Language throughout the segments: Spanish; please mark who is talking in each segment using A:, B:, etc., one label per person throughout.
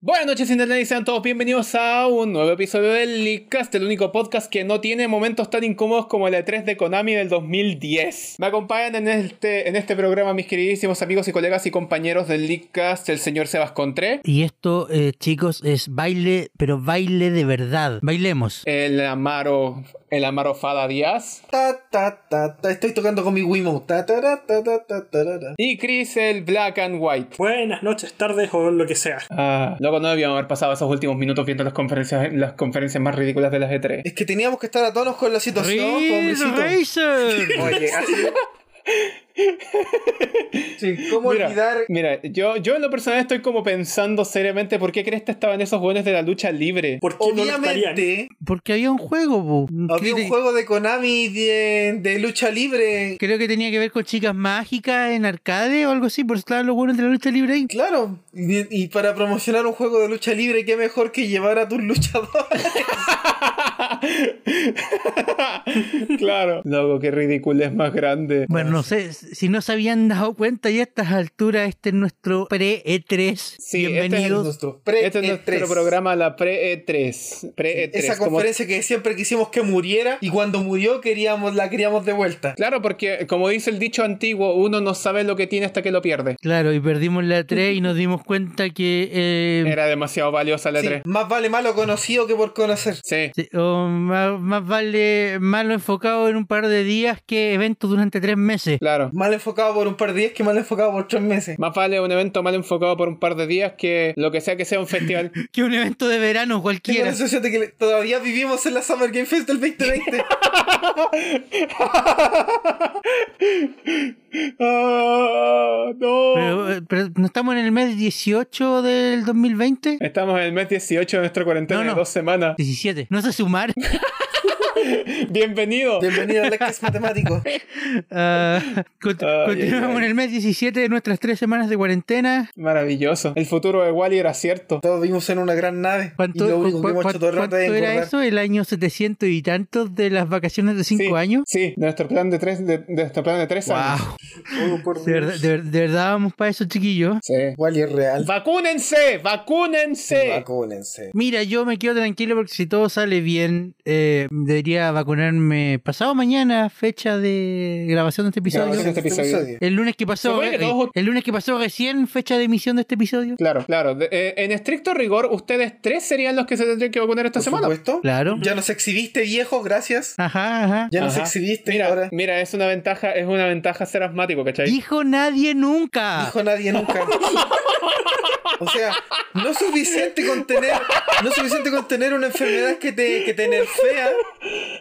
A: Buenas noches Internet, sean todos bienvenidos a un nuevo episodio del Leakcast, el único podcast que no tiene momentos tan incómodos como el E3 de Konami del 2010. Me acompañan en este, en este programa mis queridísimos amigos y colegas y compañeros del Leakcast, el señor Sebas Contré,
B: Y esto, eh, chicos, es baile, pero baile de verdad.
C: Eh,
B: Bailemos.
A: el Amaro, el Amaro Fada Díaz
C: Ta, ta, ta, ta. Estoy tocando con mi Wiimote. Ta, ta, ra, ta, ta, ta, ta, ra, ra.
A: y Chris el Black and White.
D: Buenas noches, tardes o lo que sea.
A: Ah, loco, no debíamos haber pasado esos últimos minutos viendo las conferencias, las conferencias más ridículas de las E E3.
C: Es que teníamos que estar a tonos con la situación,
B: Ridge
C: pobrecito.
B: Racer.
C: Oye, así. Sí, ¿cómo olvidar?
A: mira, yo, yo en lo personal estoy como pensando seriamente por qué crees que estaban esos buenos de la lucha libre.
D: ¿Por qué no lo estarían?
C: Obviamente,
B: Porque había un juego, bu.
C: había
B: Creo que-
C: un juego de Konami de, de lucha libre.
B: Creo que tenía que ver con chicas mágicas en arcade o algo así, por estar los buenos de la lucha libre ahí.
C: Claro, y, y para promocionar un juego de lucha libre, qué mejor que llevar a tus luchadores.
A: claro. Loco, qué ridículo es más grande.
B: Bueno, no sé, si no se habían dado cuenta y a estas alturas, este es nuestro pre-E3.
A: Sí, este es el
B: Bienvenidos.
C: Nuestro pre
A: este es nuestro
C: E3.
A: programa, la pre-E3. Pre-E3.
C: E Esa
A: como-
C: conferencia que siempre quisimos que muriera y cuando murió queríamos la queríamos de vuelta.
A: Claro, porque como dice el dicho antiguo, uno no sabe lo que tiene hasta que lo pierde.
B: Claro, y perdimos la 3 y nos dimos cuenta que... eh,
A: Era demasiado valiosa la
C: Sí,
A: 3.
C: más vale malo conocido que por conocer.
A: Sí.
B: Sí, o más, más vale malo enfocado en un par de días que evento durante tres meses.
A: claro.
C: Mal enfocado por un par de días que mal enfocado por tres meses.
A: Más vale un evento mal enfocado por un par de días que lo que sea que sea un festival.
B: Que un evento de verano
C: Tengo la
B: cualquiera.
C: sensación de que le- todavía vivimos en la Summer Game Fest del 2020.
A: Ah, no.
B: Pero, eh, pero no estamos en el mes 18 del 2020.
A: Estamos en el mes 18 de nuestra cuarentena
B: No, no.
A: de dos semanas.
B: 17. No sé sumar.
A: Bienvenido.
C: Bienvenido al Lecas Matemático.
B: Ah, cont-
A: Ay,
B: continuamos
A: ay, ay.
B: en el mes 17 de nuestras tres semanas de cuarentena.
A: Maravilloso. El futuro de Wally era cierto.
C: Todos vivimos en una gran nave.
B: ¿Cuánto,
C: y lo único
B: cu-
C: que hemos
B: cu-
C: hecho todo el rato
B: cuánto
C: es
B: era
C: engordar.
B: eso? ¿El año 700 y tantos de las vacaciones de 5
A: Sí,
B: años?
A: Sí, de nuestro plan de tres, de, de nuestro plan de tres años.
B: ¡Wow! De, verdad- de ver- de verdad vamos para eso, chiquillos.
A: Sí.
C: Igual y es real.
A: ¡Vacúnense! ¡Vacúnense!
C: Vacúnense.
B: Mira, yo me quedo tranquilo porque si todo sale bien, eh, debería vacunarme pasado mañana, fecha de grabación de este episodio.
A: Grabación de este episodio.
B: El lunes que pasó,
A: Supongo que
B: eh,
A: todos-
B: el lunes que pasó recién, fecha de emisión de este episodio.
A: Claro, claro. De- eh, en estricto rigor, ustedes tres serían los que se tendrían que vacunar esta
C: Por
A: semana.
C: supuesto.
B: Claro.
C: Ya nos exhibiste, viejo, gracias.
B: Ajá, ajá.
C: Ya nos
A: Ajá.
C: exhibiste
A: Mira,
C: ahora.
A: mira, es una ventaja, es una ventaja ser asmático, ¿cachai?
B: Dijo nadie nunca.
C: Dijo nadie nunca. O sea, no es suficiente con tener, no es suficiente con tener una enfermedad que te, que te nerfea,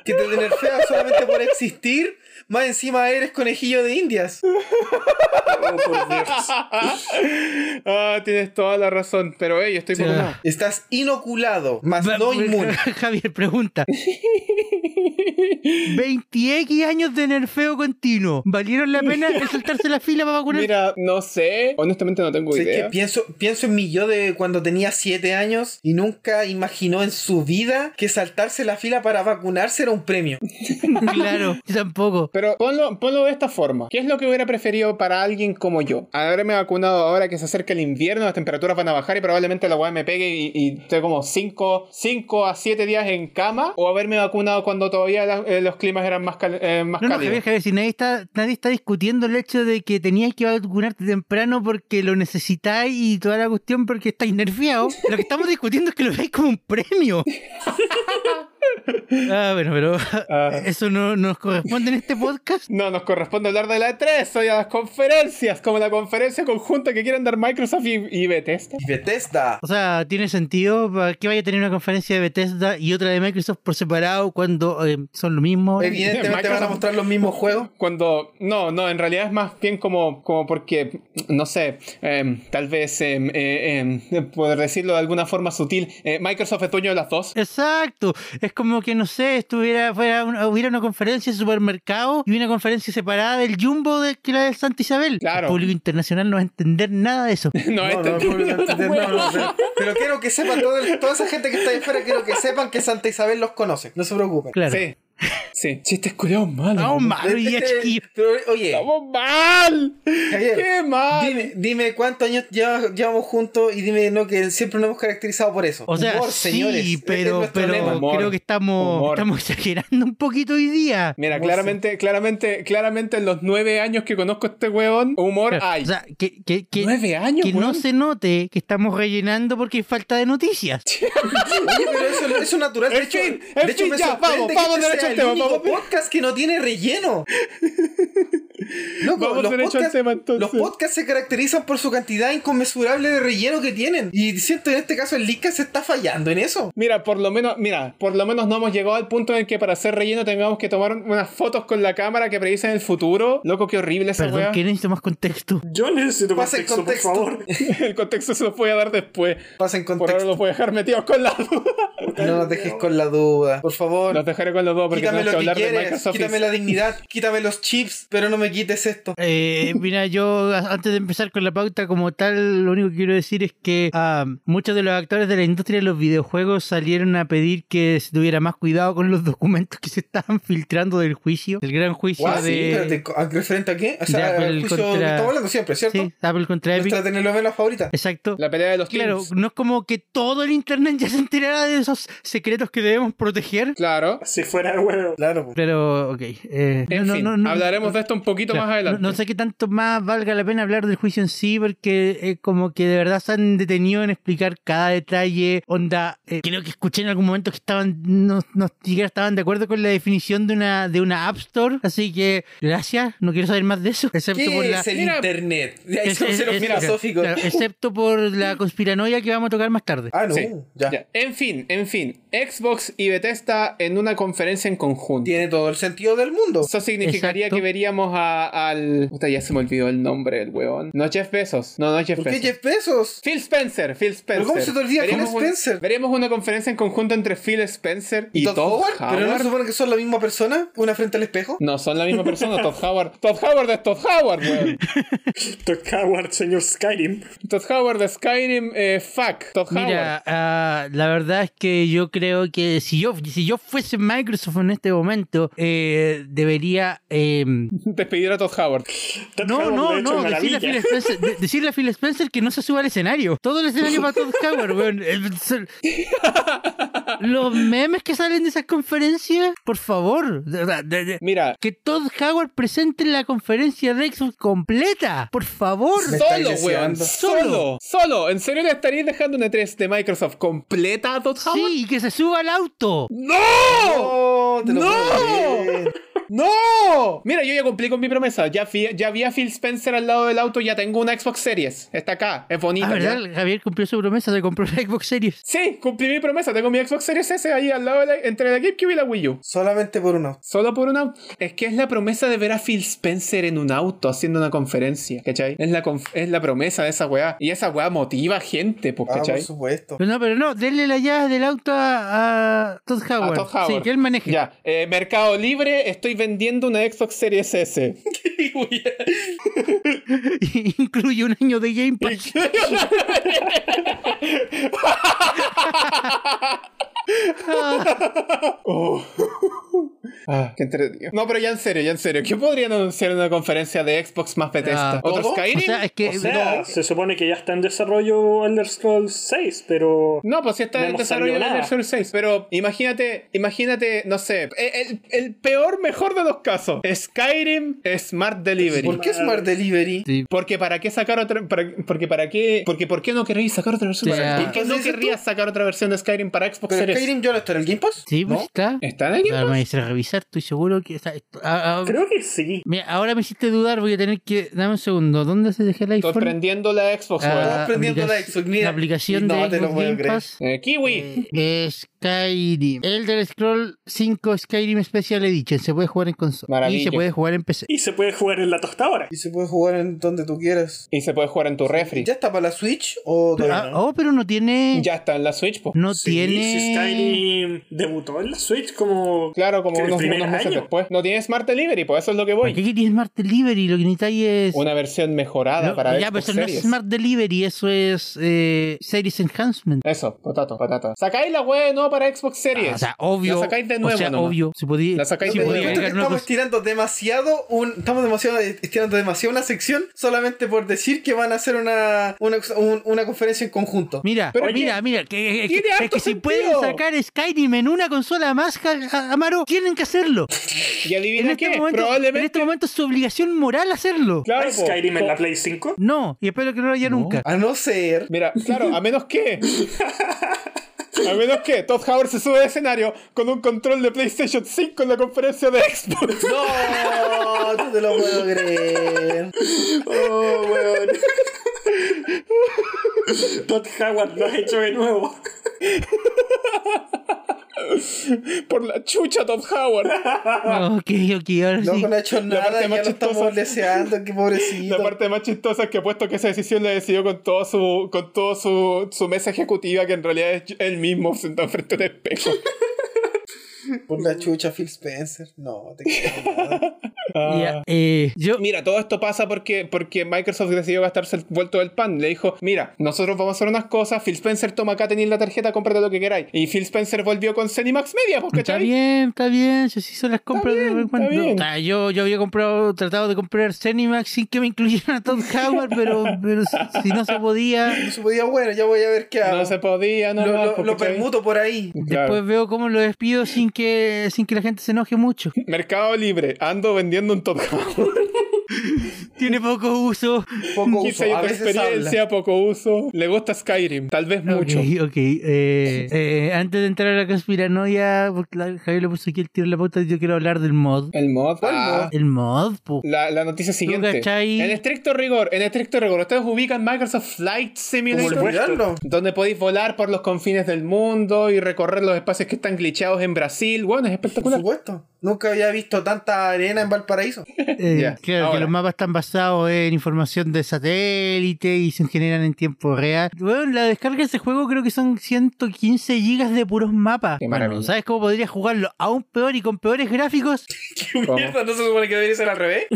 C: que te nerfea solamente por existir, más encima eres conejillo de indias.
D: Oh, por Dios.
A: Ah, tienes toda la razón, pero hey, estoy
B: Sí.
A: vacunado.
C: Estás inoculado, más
B: Va-
C: no inmune.
B: Javier, pregunta. 20X años de nerfeo continuo. ¿Valieron la pena el saltarse la fila para vacunar?
A: Mira, no sé. Honestamente no tengo
C: O sea, es
A: idea.
C: que pienso, pienso en mi yo de cuando tenía 7 años y nunca imaginó en su vida que saltarse la fila para vacunarse era un premio.
B: Claro, yo tampoco.
A: Pero ponlo, ponlo de esta forma. ¿Qué es lo que hubiera preferido para alguien como yo? Haberme vacunado ahora que se acerca el invierno, las temperaturas van a bajar y probablemente la weá me pegue y, y esté como 5 a 7 días en cama. O haberme vacunado cuando todavía la- eh, los climas eran más, cal- eh, más
B: No, no, Javier,
A: cálidos.
B: Javier, si nadie está, nadie está discutiendo el hecho de que tenías que vacunarte temprano porque lo necesitáis y toda la cuestión porque estáis nerviado. Lo que estamos discutiendo es que lo veis como un premio. Ah, bueno, pero
A: Ah.
B: eso no nos corresponde en este podcast.
A: No, nos corresponde hablar de la E E3 o de las conferencias, como la conferencia conjunta que quieren dar Microsoft y, y Bethesda.
C: Y Bethesda.
B: O sea, tiene sentido ¿Para que vaya a tener una conferencia de Bethesda y otra de Microsoft por separado cuando eh, son lo mismo.
C: Evidentemente van a
A: Microsoft-
C: mostrar los mismos juegos.
A: Cuando, no, no, en realidad es más bien como, como porque, no sé, em, tal vez, em, eh, em, poder decirlo de alguna forma sutil, eh, Microsoft es dueño de las dos.
B: Exacto, es como que no sé, estuviera fuera una- hubiera una conferencia de supermercado y una conferencia separada del Jumbo de que la de Santa Isabel.
A: Claro.
B: El público internacional no va a entender nada de eso.
A: No,
C: No,
A: este-
C: no, probablemente no, no, pero, pero quiero que sepan, todo el- toda esa gente que está ahí afuera, quiero que sepan que Santa Isabel los conoce. No se preocupen.
B: Claro.
A: Sí. Sí, chistes culiados malos.
B: Estamos malos,
C: Es
B: y ya
C: que-
B: chiquillos.
C: Eh, pero, oye,
A: ¡Estamos mal!
C: Javier,
A: ¡Qué mal!
C: dime, dime cuántos años lleva- llevamos juntos y dime no que siempre nos hemos caracterizado por eso.
B: O sea,
C: Humor,
B: sí,
C: señores.
B: pero,
C: Este es nuestro
B: pero
C: lema.
A: Humor,
B: creo que estamos,
A: humor.
B: estamos exagerando un poquito hoy día.
A: Mira,
C: Humor,
A: claramente, claramente, claramente en los nueve años que conozco a este weón, humor hay.
B: O sea, que, que, que,
A: nueve años,
B: que no
A: weón.
B: se note que estamos rellenando porque hay falta de noticias.
C: Oye, pero eso, eso es natural. De
A: En
C: hecho,
A: fin, en
C: de hecho
A: fin,
C: me
A: ya,
C: sorprende
A: vamos,
C: que
A: vamos
C: este
A: derecho
C: sea
A: al
C: el
A: tema,
C: único
A: vamos.
C: podcast que no tiene relleno. Loco,
A: Vamos
C: los,
A: derecho al
C: podcasts,
A: tema, entonces.
C: los podcasts se caracterizan por su cantidad inconmensurable de relleno que tienen. Y siento en este caso el Lika se está fallando en eso.
A: Mira, por lo menos, mira, por lo menos no hemos llegado al punto en el que para hacer relleno tengamos que tomar un- unas fotos con la cámara que predicen el futuro. Loco, qué horrible esa
B: Perdón,
A: weá.
B: que necesito más contexto.
D: Yo necesito
C: Pasa el
D: contexto,
C: contexto.
D: por favor.
A: El contexto se los voy a dar después.
C: Pasa en
A: Por ahora
C: contexto.
A: los voy a dejar metidos con la duda.
C: No nos dejes con la duda. Por favor.
A: Los dejaré con los dos porque
C: Quítame
A: tenemos
C: lo
A: que
C: que
A: hablar de
C: quieres,
A: Microsoft.
C: quítame la dignidad, quítame los chips, pero no me quites esto.
B: Eh, mira, yo a- antes de empezar con la pauta como tal, lo único que quiero decir es que ah, muchos de los actores de la industria de los videojuegos salieron a pedir que se tuviera más cuidado con los documentos que se estaban filtrando del juicio, del gran juicio
C: Ah, sí,
B: de
C: espérate, ¿a- ¿Referente a qué? O sea,
B: Ya, por
C: al
B: el
C: juicio
B: contra-
C: que estamos hablando siempre, ¿cierto?
B: sí, Apple contra Epic.
C: Nuestra telenovela favorita.
B: Exacto.
A: La pelea de los
B: Claro,
A: teams.
B: no es como que todo el internet ya se enterara de esos secretos que debemos proteger.
A: Claro.
D: Si fuera huevo.
C: Claro, pues. po.
B: Pero, ok. eh,
A: En
B: no, no,
A: fin,
B: no, no,
A: hablaremos de esto un poquito
B: Claro,
A: más adelante.
B: No, no sé qué tanto más valga la pena hablar del juicio en sí, porque eh, como que de verdad se han detenido en explicar cada detalle. Onda, eh, creo que escuché en algún momento que estaban, no, no siquiera estaban de acuerdo con la definición de una, de una App Store. Así que, gracias, no quiero saber más de eso. Excepto por
C: ¿Qué
B: la.
C: es el
A: Mira,
C: internet? Ahí
B: es-
C: se
B: es-
C: pusieron
B: es-
C: filosóficos.
B: claro, excepto por la conspiranoia que vamos a tocar más tarde.
C: Ah, no,
A: Sí,
C: ya.
A: ya. En fin, en fin. Xbox y Bethesda en una conferencia en conjunto.
C: Tiene todo el sentido del mundo.
A: Eso significaría
B: Exacto.
A: que veríamos a- al. Puta, ya se me olvidó el nombre del weón. No Jeff Bezos. No, no es Jeff
C: ¿Por qué
A: Bezos.
C: Jeff Bezos?
A: Phil Spencer, Phil Spencer.
C: cómo se te olvida Phil
A: Veríamos un-
C: Spencer?
A: veríamos una conferencia en conjunto entre Phil Spencer y Todd, Howard.
C: ¿Pero no se supone que son la misma persona? ¿Una frente al espejo?
A: No, son la misma persona, Todd Howard. Todd Howard es Todd Howard, weón.
D: Todd el señor Skyrim.
A: Todd Howard de Skyrim, eh, fuck. Todd Howard.
B: Mira, ah, la verdad es que yo creo que si yo, si yo fuese Microsoft en este momento, eh, debería em,
A: Despedir a Todd Howard.
D: Todd
B: No,
D: Howard lo ha
B: no,
D: hecho
B: no,
D: en
B: decirle a, Phil
D: maravilla.
B: Spencer, de- decirle a Phil Spencer que no se suba al escenario. Todo el escenario para Todd Howard, weón. El- se- Los memes que salen de esas conferencias, por favor. de verdad, de- de-
A: Mira,
B: que Todd Howard presente la conferencia de Xbox completa, por favor.
C: Me estáis
A: solo, weón.
C: deseando.
A: Solo, solo. ¿En serio le estarías dejando una 3 de Microsoft completa a Todd Howard?
B: Sí, y que se suba al auto.
A: ¡No!
C: ¡No! ¡Te lo
A: ¡No!
C: puedo creer.
A: ¡No! Mira, yo ya cumplí con mi promesa. Ya, fui- ya vi a Phil Spencer al lado del auto, ya tengo una Xbox Series. Está acá, es bonita.
B: Ah,
A: ya.
B: ¿verdad? Javier cumplió su promesa de comprar la Xbox Series.
A: Sí, cumplí mi promesa. Tengo mi Xbox Series S ahí al lado de la- entre la GameCube y la Wii U.
C: Solamente por uno.
A: Solo por una. Es que es la promesa de ver a Phil Spencer en un auto haciendo una conferencia, ¿cachai? Es la, conf- es la promesa de esa weá. Y esa weá motiva gente, pues,
C: Ah, por
A: ¿cachai?
C: supuesto.
B: Pero no, pero no, denle la llave del auto a, a Todd
A: A
B: Howard.
A: Todd Howard.
B: Sí, que él maneje.
A: Ya, eh, Mercado Libre, estoy vendiendo una Xbox Series S.
B: Incluye un año de Game Pass.
A: Ah, qué entretenido. No, pero ya en serio, ya en serio. ¿Qué podrían anunciar en una conferencia de Xbox más Bethesda?
B: Ah,
A: ¿Otro
C: ¿todo?
A: Skyrim?
B: O sea, es que.
D: O sea, se supone que ya está en desarrollo Elder Scrolls 6, pero...
A: No, pues sí está
D: No
A: en
D: hemos
A: desarrollo
D: sabido
A: de
D: nada.
A: Elder Scrolls 6. Pero imagínate, imagínate, no sé, e, el, el- el peor mejor de los casos. Skyrim Smart Delivery.
C: ¿Por qué Smart Delivery?
B: sí.
A: Porque para qué sacar otra. para- porque para qué. Porque por qué no queréis sacar otra versión
B: O
A: de
B: sea-
A: Skyrim? ¿Por qué no
C: Entonces dices
A: querrías sacar otra versión de Skyrim para Xbox
C: ¿Pero
A: Series?
C: Skyrim ya no está en el Game Pass?
B: Sí, pues
C: ¿No?
B: está.
A: ¿Está en el Game
B: Ahora me
A: Pass?
B: hice revisar, estoy seguro que. está- esto- ah, ah,
D: Creo que sí.
B: mira, ahora me hiciste dudar, voy a tener que. Dame un segundo, ¿dónde se dejé el
A: Estoy
B: iPhone?
A: prendiendo la Xbox,
B: Ah,
A: weón.
C: Estamos prendiendo la
B: aplicación-
C: Xbox, mira.
B: la aplicación
C: No,
B: de
C: te lo
B: Xbox
C: puedo
B: Game
C: creer.
B: Pass.
A: Eh, Kiwi.
B: eh, Skyrim. Elder Scroll 5 Skyrim Special Edition. Se puede jugar en consola. Y
A: Maravilla.
B: se puede jugar en PC.
D: Y se puede jugar en la tostadora.
C: Y se puede jugar en donde tú quieras.
A: Y se puede jugar en tu refri.
C: ¿Ya está para la Switch o todavía
B: Ah,
C: no?
B: oh, pero no tiene.
A: Ya está en la Switch, pues. po.
B: No
D: Sí,
B: tiene.
D: si Skyrim debutó en la Switch como...
A: Claro, como
D: el
A: unos,
D: primer
A: unos meses
D: año.
A: después. No tiene Smart Delivery, pues eso es lo que
B: ¿Para qué
A: voy.
B: querías Smart Delivery? Lo que necesitáis es.
A: Una versión mejorada
B: No,
A: para
B: ya, pero
A: Xbox
B: eso no es
A: Series.
B: Smart Delivery, eso es eh, Series Enhancement.
A: Eso, potato, patata. Sacáis la web no para Xbox Series.
B: Ah, O sea, obvio.
A: La sacáis de nuevo
B: o sea,
A: nomás.
B: obvio. Si podía,
A: La sacáis
B: si
A: de
C: Yo
A: nuevo. Podría
B: podía
C: encuentro que
B: agregar una
C: estamos
B: cosa.
C: estirando demasiado un, estamos demasiado estirando demasiado una sección solamente por decir que van a hacer una una, un- una conferencia en conjunto.
B: Mira,
A: Pero
B: mira, mira, que, es que-
A: tiene
B: es
A: harto
B: que si
A: sentido.
B: pueden sacar Skyrim en una consola más, ja- ja- Amaro, tienen que hacerlo.
A: Y adivina
B: En este,
A: qué,
B: momento, en
A: probablemente.
B: este momento es su obligación moral hacerlo.
A: Claro,
D: ¿Hay
A: po.
D: Skyrim en la Play 5?
B: No, y espero que no lo haya nunca.
C: A no ser
A: Mira, claro, a menos que. A menos que Todd Howard se sube al escenario con un control de PlayStation 5 en la conferencia de Xbox.
C: No, no te lo puedo creer.
D: Oh, weón. Todd Howard lo ha hecho de nuevo.
A: Por la chucha, Todd Howard. ah.
B: Ok, ok, ahora
C: No,
B: sí.
C: no ha hecho
A: parte más
C: nada, ya lo
A: chistosa.
C: estamos deseando, qué
A: La
C: pobrecito.
A: parte más chistosa es que puesto que esa decisión la decidió con todo su con todo su, su mesa ejecutiva, que en realidad es él mismo sentado frente a un espejo.
C: Por la chucha, Phil Spencer. No, te creo nada.
B: Ya,
A: Ah.
B: eh, yo,
A: Mira, todo esto pasa porque, porque Microsoft decidió gastarse el vuelto del pan. Le dijo, mira, nosotros vamos a hacer unas cosas, Phil Spencer toma acá, tenéis la tarjeta, cómprate lo que queráis. Y Phil Spencer volvió con Cenimax Media, pues,
B: Está
A: ¿cachai?
B: bien, está bien. Si así son las compras de
A: bien,
B: vez en
A: está
B: cuando.
A: bien.
B: O sea, yo, yo había comprado, tratado de comprar Cenimax sin que me incluyeran a Todd Howard, pero, pero si, si no se podía.
C: No se podía, bueno, ya voy a ver qué hago.
A: No se podía, no
C: lo,
A: no,
C: lo-
A: pues,
C: lo
A: ¿cachai?
C: permuto por ahí.
A: Claro.
B: Después veo cómo lo despido sin que, sin que la gente se enoje mucho.
A: Mercado Libre, ando vendiendo un top
B: Tiene poco uso.
C: Poco uso,
A: 15
C: a
A: años de
C: veces
A: experiencia,
C: habla.
A: poco uso. Le gusta Skyrim, tal vez mucho.
B: Ok, ok. eh, eh, antes de entrar a la conspiranoia, porque la- Javier le puso aquí el tiro en la pauta, yo quiero hablar del mod.
A: El mod.
C: ¿Cuál
A: ah,
C: mod?
B: El mod, po.
A: La, la noticia siguiente.
B: cachai?
A: En estricto rigor, en estricto rigor, ustedes ubican Microsoft Flight
C: ¿Cómo
A: Simulator.
C: olvidarlo?
A: Donde podéis volar por los confines del mundo y recorrer los espacios que están glitchados en Brasil. Bueno, es
C: Por
A: espectacular.
C: supuesto. Nunca había visto tanta arena en Valparaíso.
B: Eh,
A: Ya,
B: Claro,
A: ahora.
B: que los mapas están basados en información de satélite y se generan en tiempo real. Bueno, la descarga de ese juego creo que son 115 gigas de puros mapas.
A: Qué
B: Bueno,
A: maravilla.
B: ¿Sabes cómo podría jugarlo aún peor y con peores gráficos?
C: ¿Qué mierda? ¿No se supone que debería ser al revés?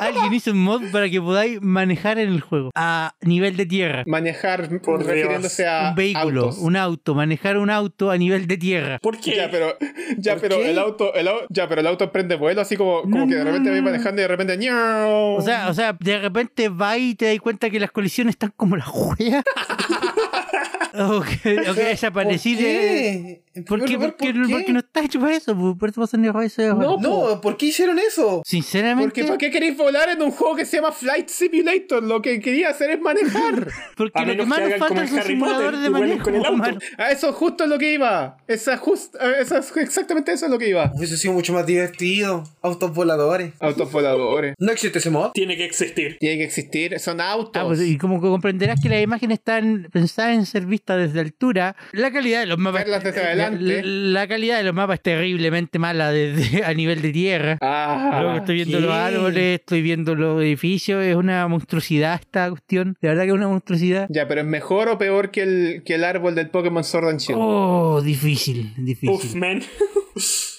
B: Alguien hizo un mod para que podáis manejar en el juego a nivel de tierra.
A: Manejar,
D: Por Dios.
A: refiriéndose
D: Ah,
A: a
B: Un vehículo,
A: autos.
B: un auto, manejar un auto a nivel de tierra.
D: ¿Por qué?
A: Ya, pero, ya,
C: ¿Por
A: pero
C: qué?
A: el auto, el au- ya, pero el auto prende vuelo, así como, como
B: No,
A: que de
B: no,
A: repente
B: no,
A: vais
B: no.
A: manejando y de repente ñau.
B: O sea, o sea, de repente va y te das cuenta que las colisiones están como las juegas. o que, o que desaparecí
C: ¿Por
B: de,
C: eh, qué? En
B: ¿Por
C: primer
B: qué?
C: lugar,
B: Porque, porque no está hecho para eso, po. por eso pasan errores. esos errores.
C: No, ¿por qué hicieron eso?
B: Sinceramente,
A: Porque ¿para qué queréis volar en un juego que se llama Flight Simulator? Lo que quería hacer es manejar.
B: porque
D: A
B: lo que
D: menos
B: más
D: que
B: nos
D: hagan
B: falta
D: como
B: es
D: en
B: un
D: Harry
B: simulador
D: Potter,
B: de
D: y vuelen
B: manejo.
D: con el auto.
B: mano.
A: A eso es justo lo que iba. Esa just, a esa es exactamente eso es lo que iba.
C: Hubiese sido mucho más divertido. Autos voladores.
A: Autos voladores.
C: ¿No existe ese mod?
D: Tiene que existir.
A: Tienen que existir, son autos.
B: Ah, pues, y como que comprenderás que las imágenes están pensadas en ser vistas desde altura, la calidad de los mapas
A: Verlas desde
B: eh,
A: adelante.
B: La, la calidad de los mapas es terriblemente mala desde a nivel de tierra.
A: Ah,
B: Luego estoy viendo
C: ¿qué?
B: los árboles, estoy viendo los edificios, es una monstruosidad esta cuestión. De verdad que es una monstruosidad.
A: Ya, pero es mejor o peor que el, que el árbol del Pokémon Sword and Shield.
B: Oh, difícil,
D: Uf,
B: difícil.
D: man.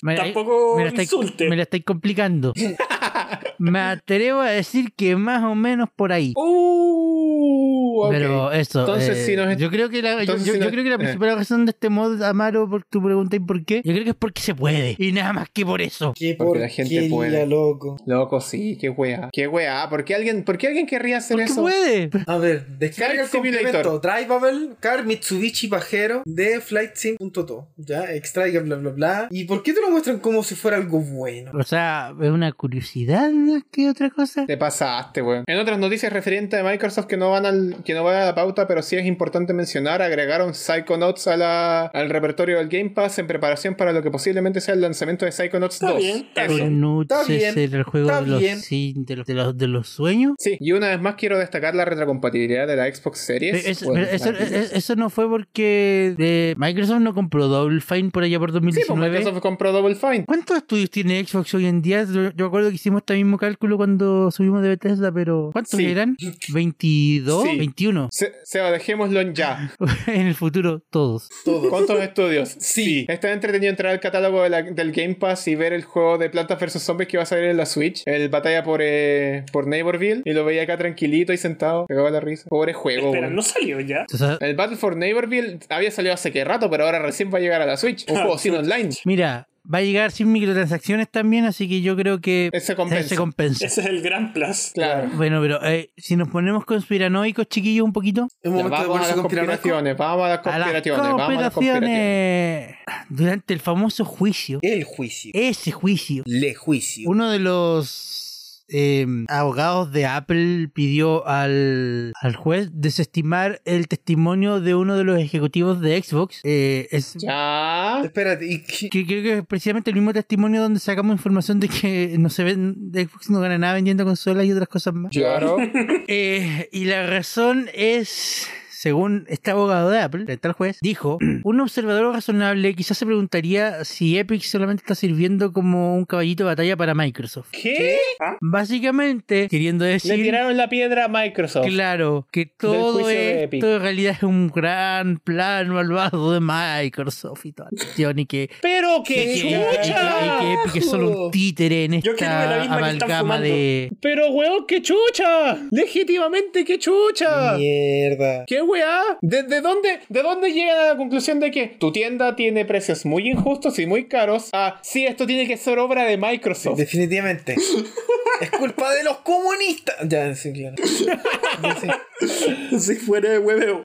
B: Me la-
D: Tampoco
B: me la estáis-
D: insulte.
B: me la estáis complicando. me atrevo a decir que más o menos por ahí.
A: Uh, ok.
B: Oh. Pero eso.
A: Entonces,
B: eh,
A: si nos-
B: yo creo que la, yo-
A: entonces
B: yo,
A: si
B: yo
A: nos-
B: creo que la
A: eh.
B: principal razón de este mod, Amaro, por tu pregunta y por qué, yo creo que es porque se puede. Y nada más que por eso.
C: ¿Qué
A: Porque la gente
C: porquería,
A: puede.
C: loco?
A: Loco, sí, qué weá. Qué weá. ¿Por qué alguien, por qué alguien querría hacer
B: Porque
A: eso?
B: puede.
C: A ver, descarga el
A: Flight Simulator.
C: complemento Drivable Car Mitsubishi Pajero de FlightSim.to. Ya, extraiga bla bla bla. ¿Y por qué te lo muestran como si fuera algo bueno?
B: O sea, es una curiosidad más que otra cosa.
A: Te pasaste, weón. En otras noticias referentes a Microsoft que no van al, que no van a la pauta, pero sí es importante mencionar, agregaron Psychonauts a la, al repertorio del Game Pass en preparación para lo que posiblemente sea el lanzamiento de Psychonauts
D: Está
A: 2.
D: bien, está
A: Eso.
D: bien.
B: Nuts
C: Está
B: es
C: bien,
B: el juego
C: está
B: de los,
C: bien.
B: sí, de los, de los- de los sueños.
A: Sí, y una vez más quiero destacar la retrocompatibilidad de la Xbox
B: Pero
A: Series.
B: eso,
A: Weón,
B: pero eso-
A: maravilloso.
B: eh, eso no fue porque eh, Microsoft no compró Double Fine por allá por
A: Sí, pues
B: 2019.
A: Microsoft compró Double Fine.
B: ¿Cuántos estudios tiene Xbox hoy en día? Yo, yo acuerdo que hicimos este mismo cálculo cuando subimos de Bethesda, pero ¿cuántos
A: Sí.
B: eran? ¿22?
A: Sí.
B: ¿23? 2021.
A: Se, Seba, dejémoslo en ya.
B: en el futuro, todos.
C: Todo.
A: ¿Cuántos estudios?
C: Sí.
A: Está entretenido entrar al catálogo de la- del Game Pass y ver el juego de Plantas vs. Zombies que va a salir en la Switch. El batalla por, eh, por Neighborville. Y lo veía acá tranquilito y sentado. Me cagaba la risa. Pobre juego.
D: Espera,
A: weón.
D: ¿no salió ya?
B: O sea,
A: El Battle for Neighborville había salido hace que rato, pero ahora recién va a llegar a la Switch. Un juego sin online.
B: mira, va a llegar sin microtransacciones también, así que yo creo que
A: Eh, se compensa.
B: se compensa.
D: Ese es el gran plus.
A: Claro.
B: Bueno, pero eh, si nos ponemos conspiranoicos, chiquillos, un poquito.
A: Ya,
C: Es momento de
A: vamos a
C: ponerse
A: las
C: con piranoico.
A: conspiraciones, vamos a las
B: A las
A: conspiraciones, vamos a las conspiraciones.
B: conspiraciones. Durante el famoso juicio,
C: El juicio.
B: ese juicio,
C: Le juicio.
B: uno de los eh, abogados de Apple pidió al, al juez desestimar el testimonio de uno de los ejecutivos de Xbox. Eh, es,
A: Ya.
C: Espérate, ¿y qué?
B: que creo que es precisamente el mismo testimonio donde sacamos información de que no se ven, de Xbox no gana nada vendiendo consolas y otras cosas más.
A: Claro.
B: Eh, y la razón es, según este abogado de Apple, de tal juez, dijo, un observador razonable quizás se preguntaría si Epic solamente está sirviendo como un caballito de batalla para Microsoft.
A: ¿Qué?
B: Básicamente, queriendo
A: Le
B: decir...
A: tiraron la piedra a Microsoft.
B: Claro, que
A: juicio
B: todo
A: de Epic.
B: esto en realidad es un gran plan malvado de Microsoft y toda la cuestión y que
A: Pero
B: y que,
A: que
B: y que- y que
A: chucha.
B: Epic es solo un títere en
D: Yo quiero ver
B: esta
D: la misma que están
B: amalgama
D: fumando.
B: de...
A: Pero weón, que chucha. Legítimamente que chucha.
C: Mierda.
A: ¿Qué weá? ¿Desde dónde, ¿De dónde llegan a la conclusión de que tu tienda tiene precios muy injustos y muy caros? Ah, sí, esto tiene que ser obra de Microsoft.
C: este Definitivamente. es culpa de los comunistas. Ya, sí, claro. Ya, sí.
D: Si fuera de hueveo.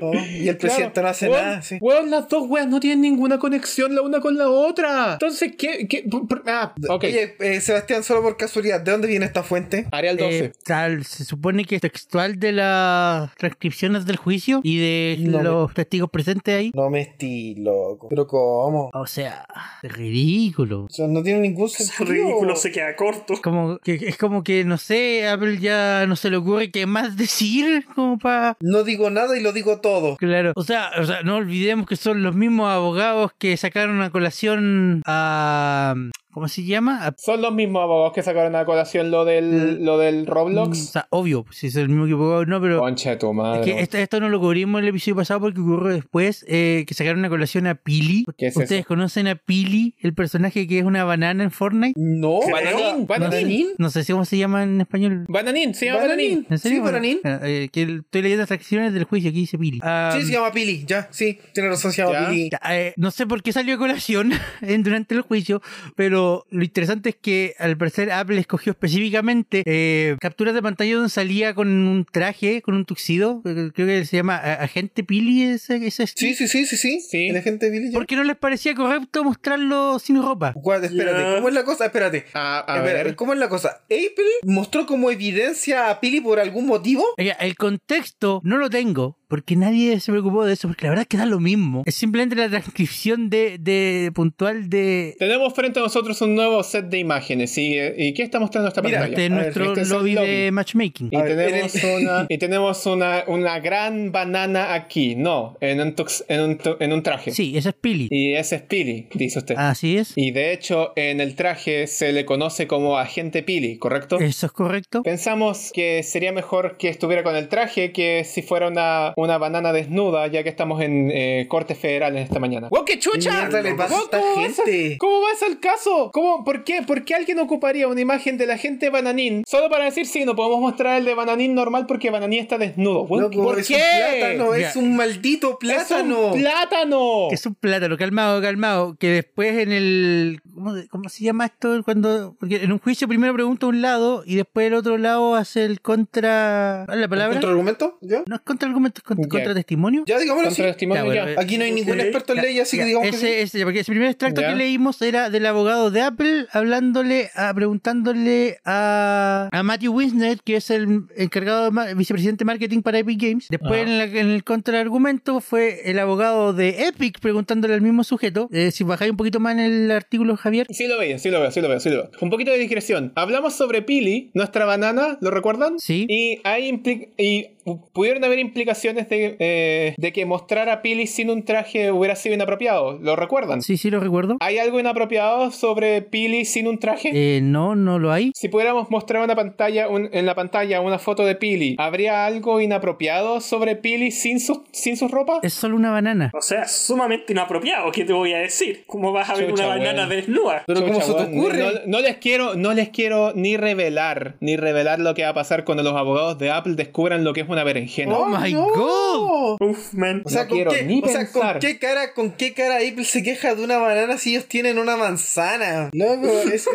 C: Oh, y el presidente no hace
A: Weón,
C: nada. Sí.
A: Weón, las dos weas no tienen ninguna conexión la una con la otra. Entonces, ¿qué? qué pr- pr- ah, ok.
C: Oye, eh, Sebastián, solo por casualidad, ¿de dónde viene esta fuente?
A: Arial 12.
B: Eh, tal, se supone que es textual de las transcripciones del juicio y de
C: No,
B: los testigos presentes ahí.
C: No me estilo, loco. Pero ¿cómo?
B: O sea, es ridículo.
C: O sea, no tiene ningún
D: Es
C: sentido.
D: ridículo, se queda corto.
B: Como que, es como que, no sé, Apple ya no se le ocurre qué más decir como para...
C: No digo nada y lo digo todo.
B: Claro, o sea, o sea, no olvidemos que son los mismos abogados que sacaron a colación a... ¿Cómo se llama? A-
A: Son los mismos abogados que sacaron a colación lo
C: Mm,
A: del, lo del
B: o
A: Roblox.
B: sea, obvio, si es el mismo que abogado, no, pero...
A: Concha de tu
B: Es que
A: madre.
B: esto, esto no lo cubrimos en el episodio pasado porque ocurrió después eh, que sacaron una colación a Pili.
A: ¿Qué es
B: ¿Ustedes conocen a Pili, el personaje que es una banana en Fortnite?
C: No.
A: Bananín, bananín.
C: ¿Bananín?
B: No sé si cómo se llama en español.
A: Bananín, se llama Bananín.
B: ¿En serio?
C: Sí, bananín.
B: Bueno, eh, que el- estoy leyendo las acciones del juicio, aquí dice Pili. Ah,
C: Sí, se llama Pili, ya, sí, tiene razón, se llama
A: Ya.
C: Pili.
B: ya, eh, no sé por qué salió a colación en- durante el juicio, pero lo interesante es que al parecer Apple escogió específicamente eh, capturas de pantalla donde salía con un traje, con un tuxido, eh, creo que se llama eh, Agente Pili, ese, ese
C: Sí, sí, sí, sí, sí.
A: Sí.
C: La gente de Pili ya.
B: Porque no les parecía correcto mostrarlo sin ropa.
C: Guarda, espérate,
D: Ya.
C: ¿cómo es la cosa? Espérate.
A: A, a
C: Espera,
A: ver.
C: ¿Cómo es la cosa? ¿Apple mostró como evidencia a Pili por algún motivo?
B: Oiga, el contexto no lo tengo, porque nadie se preocupó de eso, porque la verdad es que da lo mismo. Es simplemente la transcripción de, de puntual de,
A: Tenemos frente a nosotros un nuevo set de imágenes. ¿Y, eh, y qué está mostrando esta
C: Mira,
A: pantalla?
B: de
C: a ver,
B: nuestro
A: este es el
B: lobby,
A: lobby.
B: de matchmaking.
A: Y
C: A ver,
A: tenemos,
C: en el-
A: una, y tenemos una, una gran banana aquí. No, en un, tux- en un, tu- en un traje.
B: Sí, Ah. esa es Pili.
A: Y ese es Pili, dice usted.
B: Así es.
A: Y de hecho, en el traje se le conoce como agente Pili, ¿correcto?
B: Eso es correcto.
A: Pensamos que sería mejor que estuviera con el traje que si fuera una, una banana desnuda, ya que estamos en eh, corte federal en esta mañana. ¡Wow, qué
C: ¿Qué
A: chucha!
C: mierda le pasa a
A: Weón,
C: esta
A: ¿cómo vas a-
C: gente?
A: ¿Cómo vas al caso? ¿Cómo, ¿Por qué? ¿Por qué alguien ocuparía una imagen de la gente bananín solo para decir sí, no podemos mostrar el de bananín normal porque bananín está desnudo? Weón,
C: Loco,
A: ¿Por
C: pues, es
A: qué?
C: un plátano,
B: Ya.
C: es un maldito
A: ¡Es un
C: plátano.
A: plátano!
B: Que es un plátano, calmado, calmado. Que después en el. ¿Cómo, cómo se llama esto? cuando Porque en un juicio primero pregunta un lado y después el otro lado hace el contra. ¿cuál es ¿La palabra?
C: ¿Otro argumento? ¿Ya?
B: No es contra argumento, es contra,
A: Ya.
B: contra testimonio.
C: Ya, digámoslo
A: Contra
C: así.
A: testimonio
B: Ya, bueno,
A: ya.
B: eh,
C: Aquí no hay ningún
D: Ok.
C: experto en ley, así que
B: Ya,
C: digamos que
B: ese,
C: sí.
B: ese, porque ese primer extracto
A: Ya.
B: que leímos era del abogado de Apple hablándole, a, preguntándole a, a Matthew Wisner, que es el encargado de ma- vicepresidente de marketing para Epic Games.
C: Ah.
B: Después
A: Ajá.
B: en, la- en el contraargumento fue el abogado de Epic preguntándole al mismo sujeto. Eh, si bajáis un poquito más en el artículo, Javier.
A: Sí lo veo, sí lo veo, sí lo veo, sí lo veo. Un poquito de discreción. Hablamos sobre Pili, nuestra banana, ¿lo recuerdan?
B: Sí.
A: Y ahí impli- y pu- pudieron haber implicaciones de, eh, de que mostrar a Pili sin un traje hubiera sido inapropiado. ¿Lo recuerdan?
B: Sí, sí, lo recuerdo.
A: ¿Hay algo inapropiado sobre Pili sin un traje?
B: Eh, no, no lo hay.
A: Si pudiéramos mostrar una pantalla, un- en la pantalla una foto de Pili, ¿habría algo inapropiado sobre Pili sin su, sin su ropa?
B: Es solo una banana.
D: O sea, sumamente inapropiado, ¿qué te voy a decir? ¿Cómo vas a ver
A: Chucha,
D: una banana
A: weón.
D: desnuda?
C: Pero ¿cómo
A: Chucha,
C: se te
A: weón,
C: ocurre?
A: No, no les quiero, no les quiero ni revelar, ni revelar lo que va a pasar cuando los abogados de Apple descubran lo que es una berenjena.
B: Oh my God.
D: Uf, man.
C: O sea,
A: No
C: ¿con
A: quiero
C: qué,
A: ni
C: o sea, ¿con
A: pensar.
C: qué cara, con qué cara Apple se queja de una banana si ellos tienen una manzana? Loco, es- es-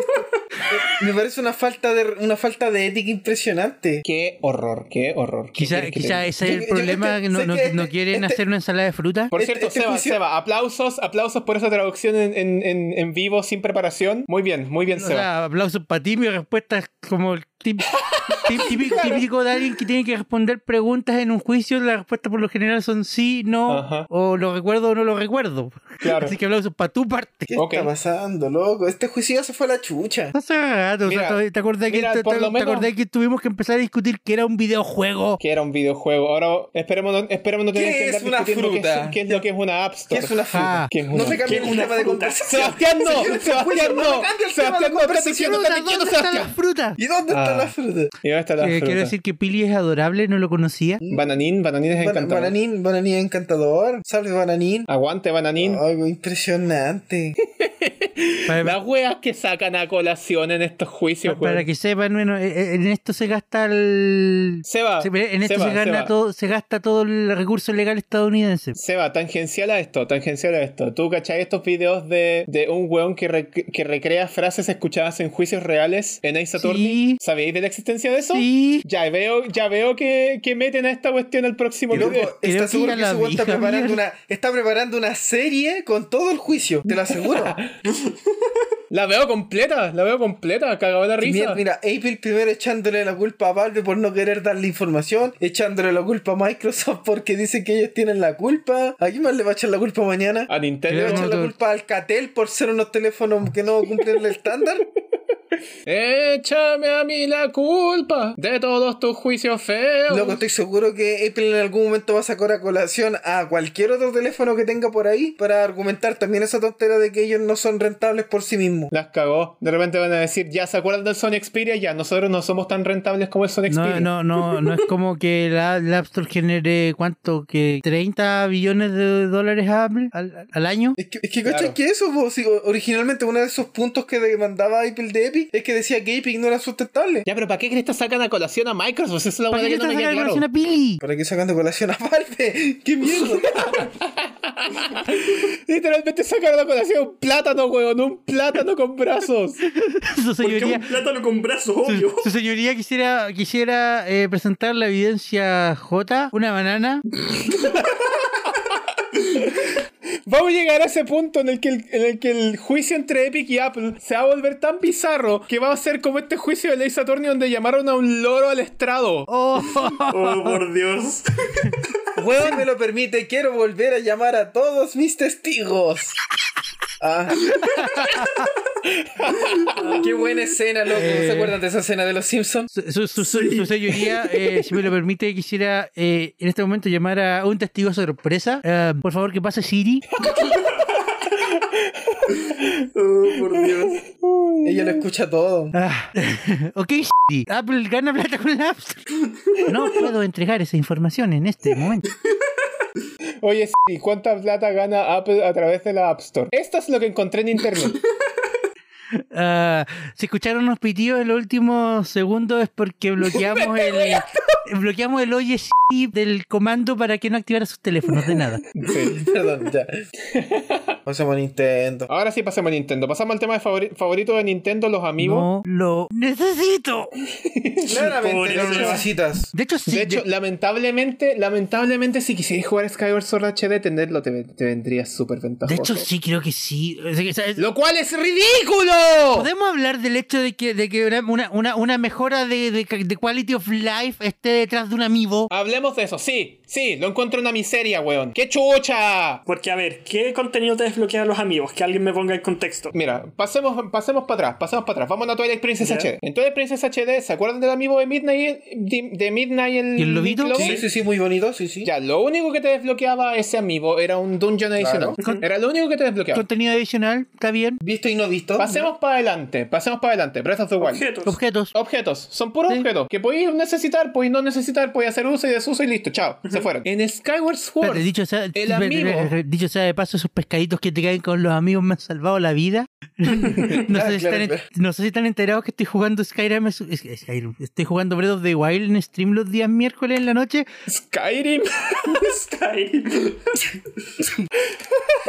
C: me parece una falta de una falta de ética impresionante.
A: Qué horror, qué horror. ¿Qué
B: Quizá,
C: Eh,
A: quieres que te
B: quizá
A: diga?
B: ese es
C: Yo-
B: el
C: yo
B: problema,
C: este-
B: que no,
C: sé
B: no,
C: que
B: no
C: este-
B: quieren
C: este-
B: hacer una ensalada de fruta.
A: Por
C: este-
A: cierto,
C: este
A: Seba,
C: juicio-
A: Seba, aplausos, aplausos por esa traducción en, en- en- en vivo sin preparación. Muy bien, muy bien,
B: O
A: Seba.
B: sea, aplausos para ti, mi respuesta es como el tip- tip- típico, típico de alguien que tiene que responder preguntas en un juicio. Las respuestas por lo general son sí, no,
A: Ajá.
B: o lo recuerdo o no lo recuerdo.
A: Claro.
B: Así que aplausos para tu parte.
C: ¿Qué
A: Ok.
C: está pasando, loco? Este juicio ya se fue a la chucha.
B: Hace rato, o sea,
A: Mira,
B: ¿te acordás que,
A: mira,
B: te,
A: por
B: te-
A: lo
B: te
A: menos-
B: acordás que tuvimos que empezar a discutir que era un videojuego?
A: que era un videojuego. Ahora esperemos no, esperemos no tener
C: ¿Qué
A: que andar
C: es una
A: discutiendo qué
C: fruta?
A: es, qué es lo que es una App
C: ¿Qué
A: Store.
C: es una fruta?
B: Ah,
A: ¿qué es una-
C: no me
D: ¿qué
C: cambien
D: es
C: el
D: una
C: tema de
D: fruta?
C: conversación.
A: Sebastián no,
C: Señor, este juicio
A: Sebastián
C: no
A: no,
C: me cambia el tema de
A: Sebastián no, estás
C: conversación.
A: diciendo, estás
B: ¿Dónde
A: diciendo
B: están las
A: Sebastián.
B: frutas?
C: ¿Y dónde
A: Ah.
C: está la fruta?
A: Y dónde está la
B: Eh,
A: fruta.
B: quiero decir que Pili es adorable, no lo conocía.
A: Bananín, Bananín es
C: Ban-
A: encantador.
C: Bananín, bananín encantador. ¿Sabes bananín?
A: Aguante, Bananín.
C: Algo impresionante. ah.
B: Para,
A: Las weas que sacan a colación en estos juicios,
B: para
A: weón.
B: que sepan, bueno, eh, eh, en esto se gasta el...
A: Seba,
B: Se- en esto
A: Seba,
B: se, gana
A: Seba.
B: todo, se gasta todo el recurso legal estadounidense.
A: Seba, tangencial a esto, tangencial a esto. ¿Tú cachai estos videos de, de un weón que, re- que recrea frases escuchadas en juicios reales en Ace Attorney?
B: Sí.
A: ¿Sabíais de la existencia de eso?
B: Sí,
A: Ya veo, ya veo que, que meten a esta cuestión al próximo
C: Y loco,
A: video.
B: Creo
C: está
B: que
C: seguro
B: ya
C: que
B: la
C: ese weón está
B: vi,
C: preparando
B: Javier.
C: una, está preparando una serie con todo el juicio, te lo aseguro.
A: La veo completa, la veo completa, cagado la risa.
C: mira, mira, Apple primero echándole la culpa a Valve por no querer darle información, echándole la culpa a Microsoft porque dicen que ellos tienen la culpa. ¿A quién más le va a echar la culpa mañana?
A: A
C: ¿Le va
A: Nintendo.
C: a
B: Creo-
C: echar la
B: Motor.
C: culpa a Alcatel por ser unos teléfonos que no cumplen el estándar?
A: Échame a mí la culpa de todos tus juicios feos.
C: Loco, estoy seguro que Apple en algún momento va a sacar a colación a cualquier otro teléfono que tenga por ahí para argumentar también esa tontera de que ellos no son rentables por sí mismos.
A: Las cagó. De repente van a decir, ya se acuerdan del Sony Xperia, ya nosotros no somos tan rentables como el Sony Xperia.
B: no, no, no, no es como que la, la App Store genere cuánto, que 30 billones de dólares a Apple al, al año.
C: Es que, es que
A: Claro.
C: ¿cachai que eso, po? Si o- originalmente uno de esos puntos que demandaba Apple de Epic es que decía que Epic no era sustentable.
A: Ya, pero ¿para qué crees sacan a colación a Microsoft? Esa es la
B: ¿Para
A: hueá
B: qué
A: que
B: le
A: no me
B: estás
A: queda
B: sacando
A: claro.
B: relación a Pili?
C: ¿Para qué sacando colación aparte? ¡Qué mierda!
A: Literalmente sacaron a colación un plátano, weón, un plátano con brazos.
B: Su
D: Porque un
B: señoría,
D: plátano con brazos, obvio.
B: su, su señoría quisiera, quisiera eh, presentar la evidencia J, una banana.
A: Vamos a llegar a ese punto en el, que el, en el que el juicio entre Epic y Apple se va a volver tan bizarro que va a ser como este juicio de Ley Saturni donde llamaron a un loro al estrado.
B: Oh,
D: Oh, por Dios.
C: Si me lo permite, quiero volver a llamar a todos mis testigos. Ah. Qué buena escena, loco. ¿Se acuerdan de esa escena de los Simpsons?
B: Su, su- su- su- su señoría, eh, si me lo permite, quisiera eh, en este momento llamar a un testigo sorpresa. Eh, por favor, que pase Siri.
D: Oh, por Dios.
C: Ella lo escucha todo.
B: Ah, ok, Siri. Apple gana plata con la App Store. No puedo entregar esa información en este momento.
A: Oye, ¿y cuánta plata gana Apple a través de la App Store? Esto es lo que encontré en internet.
B: Ah, si escucharon unos pitidos en los últimos segundos es porque bloqueamos el, bloqueamos el oye Siri del comando para que no activara sus teléfonos de nada.
A: Sí.
C: Perdón, ya. Pasemos a Nintendo.
A: Ahora sí pasemos a Nintendo. Pasamos al tema de favori- favorito de Nintendo, los amigos.
B: No lo necesito.
C: Claramente
D: Pobre
C: no lo
D: Seba.
C: necesitas.
B: De hecho, sí.
A: De hecho,
B: de-
A: lamentablemente, lamentablemente, si quisieras jugar Skyward Sword HD, tenerlo te, te vendría súper
B: de
A: ventajoso.
B: hecho, sí, creo que sí. O sea, que, o sea, es-
A: ¡Lo cual es ridículo!
B: ¿Podemos hablar del hecho de que, de que una, una, una- una mejora de, de, ca- de quality of life esté detrás de un amiibo?
A: Hablemos de eso, sí, sí, lo encuentro una miseria, weón. ¡Qué chucha!
D: Porque, a ver, ¿qué contenido te desbloquea a los amigos? Que alguien me ponga en contexto.
A: Mira, pasemos, pasemos para atrás, pasemos para atrás. Vamos a Twilight Princess
D: Ya.
A: HD. En Twilight Princess HD, ¿se acuerdan del amigo de Midnight? De, de Midnight el,
B: ¿Y el lobito?
A: Lobo?
C: Sí, sí, sí, muy bonito, sí, sí.
A: Ya, lo único que te desbloqueaba ese amigo era un dungeon adicional. Era lo único que te desbloqueaba.
B: Contenido adicional, está bien.
C: Visto y no visto.
A: Pasemos para adelante, pasemos para adelante. Breath of the Wild.
D: Objetos.
B: Objetos.
A: Objetos, son puros
B: Sí.
A: objetos que podéis necesitar, podéis no necesitar, podéis hacer uso y desuso y listo, chao, se fueron. En Skyward Sword,
B: Espérate, dicho, sea,
A: el amigo.
B: dicho sea de paso, esos pescaditos que te caen con los amigos me han salvado la vida. no,
C: Ah,
B: sé si
C: claro,
B: están,
C: claro.
B: no sé si están enterados que estoy jugando Skyrim. es- es- Skyrim, Estoy jugando Breath of the Wild en stream los días miércoles en la noche.
A: Skyrim,
D: Skyrim.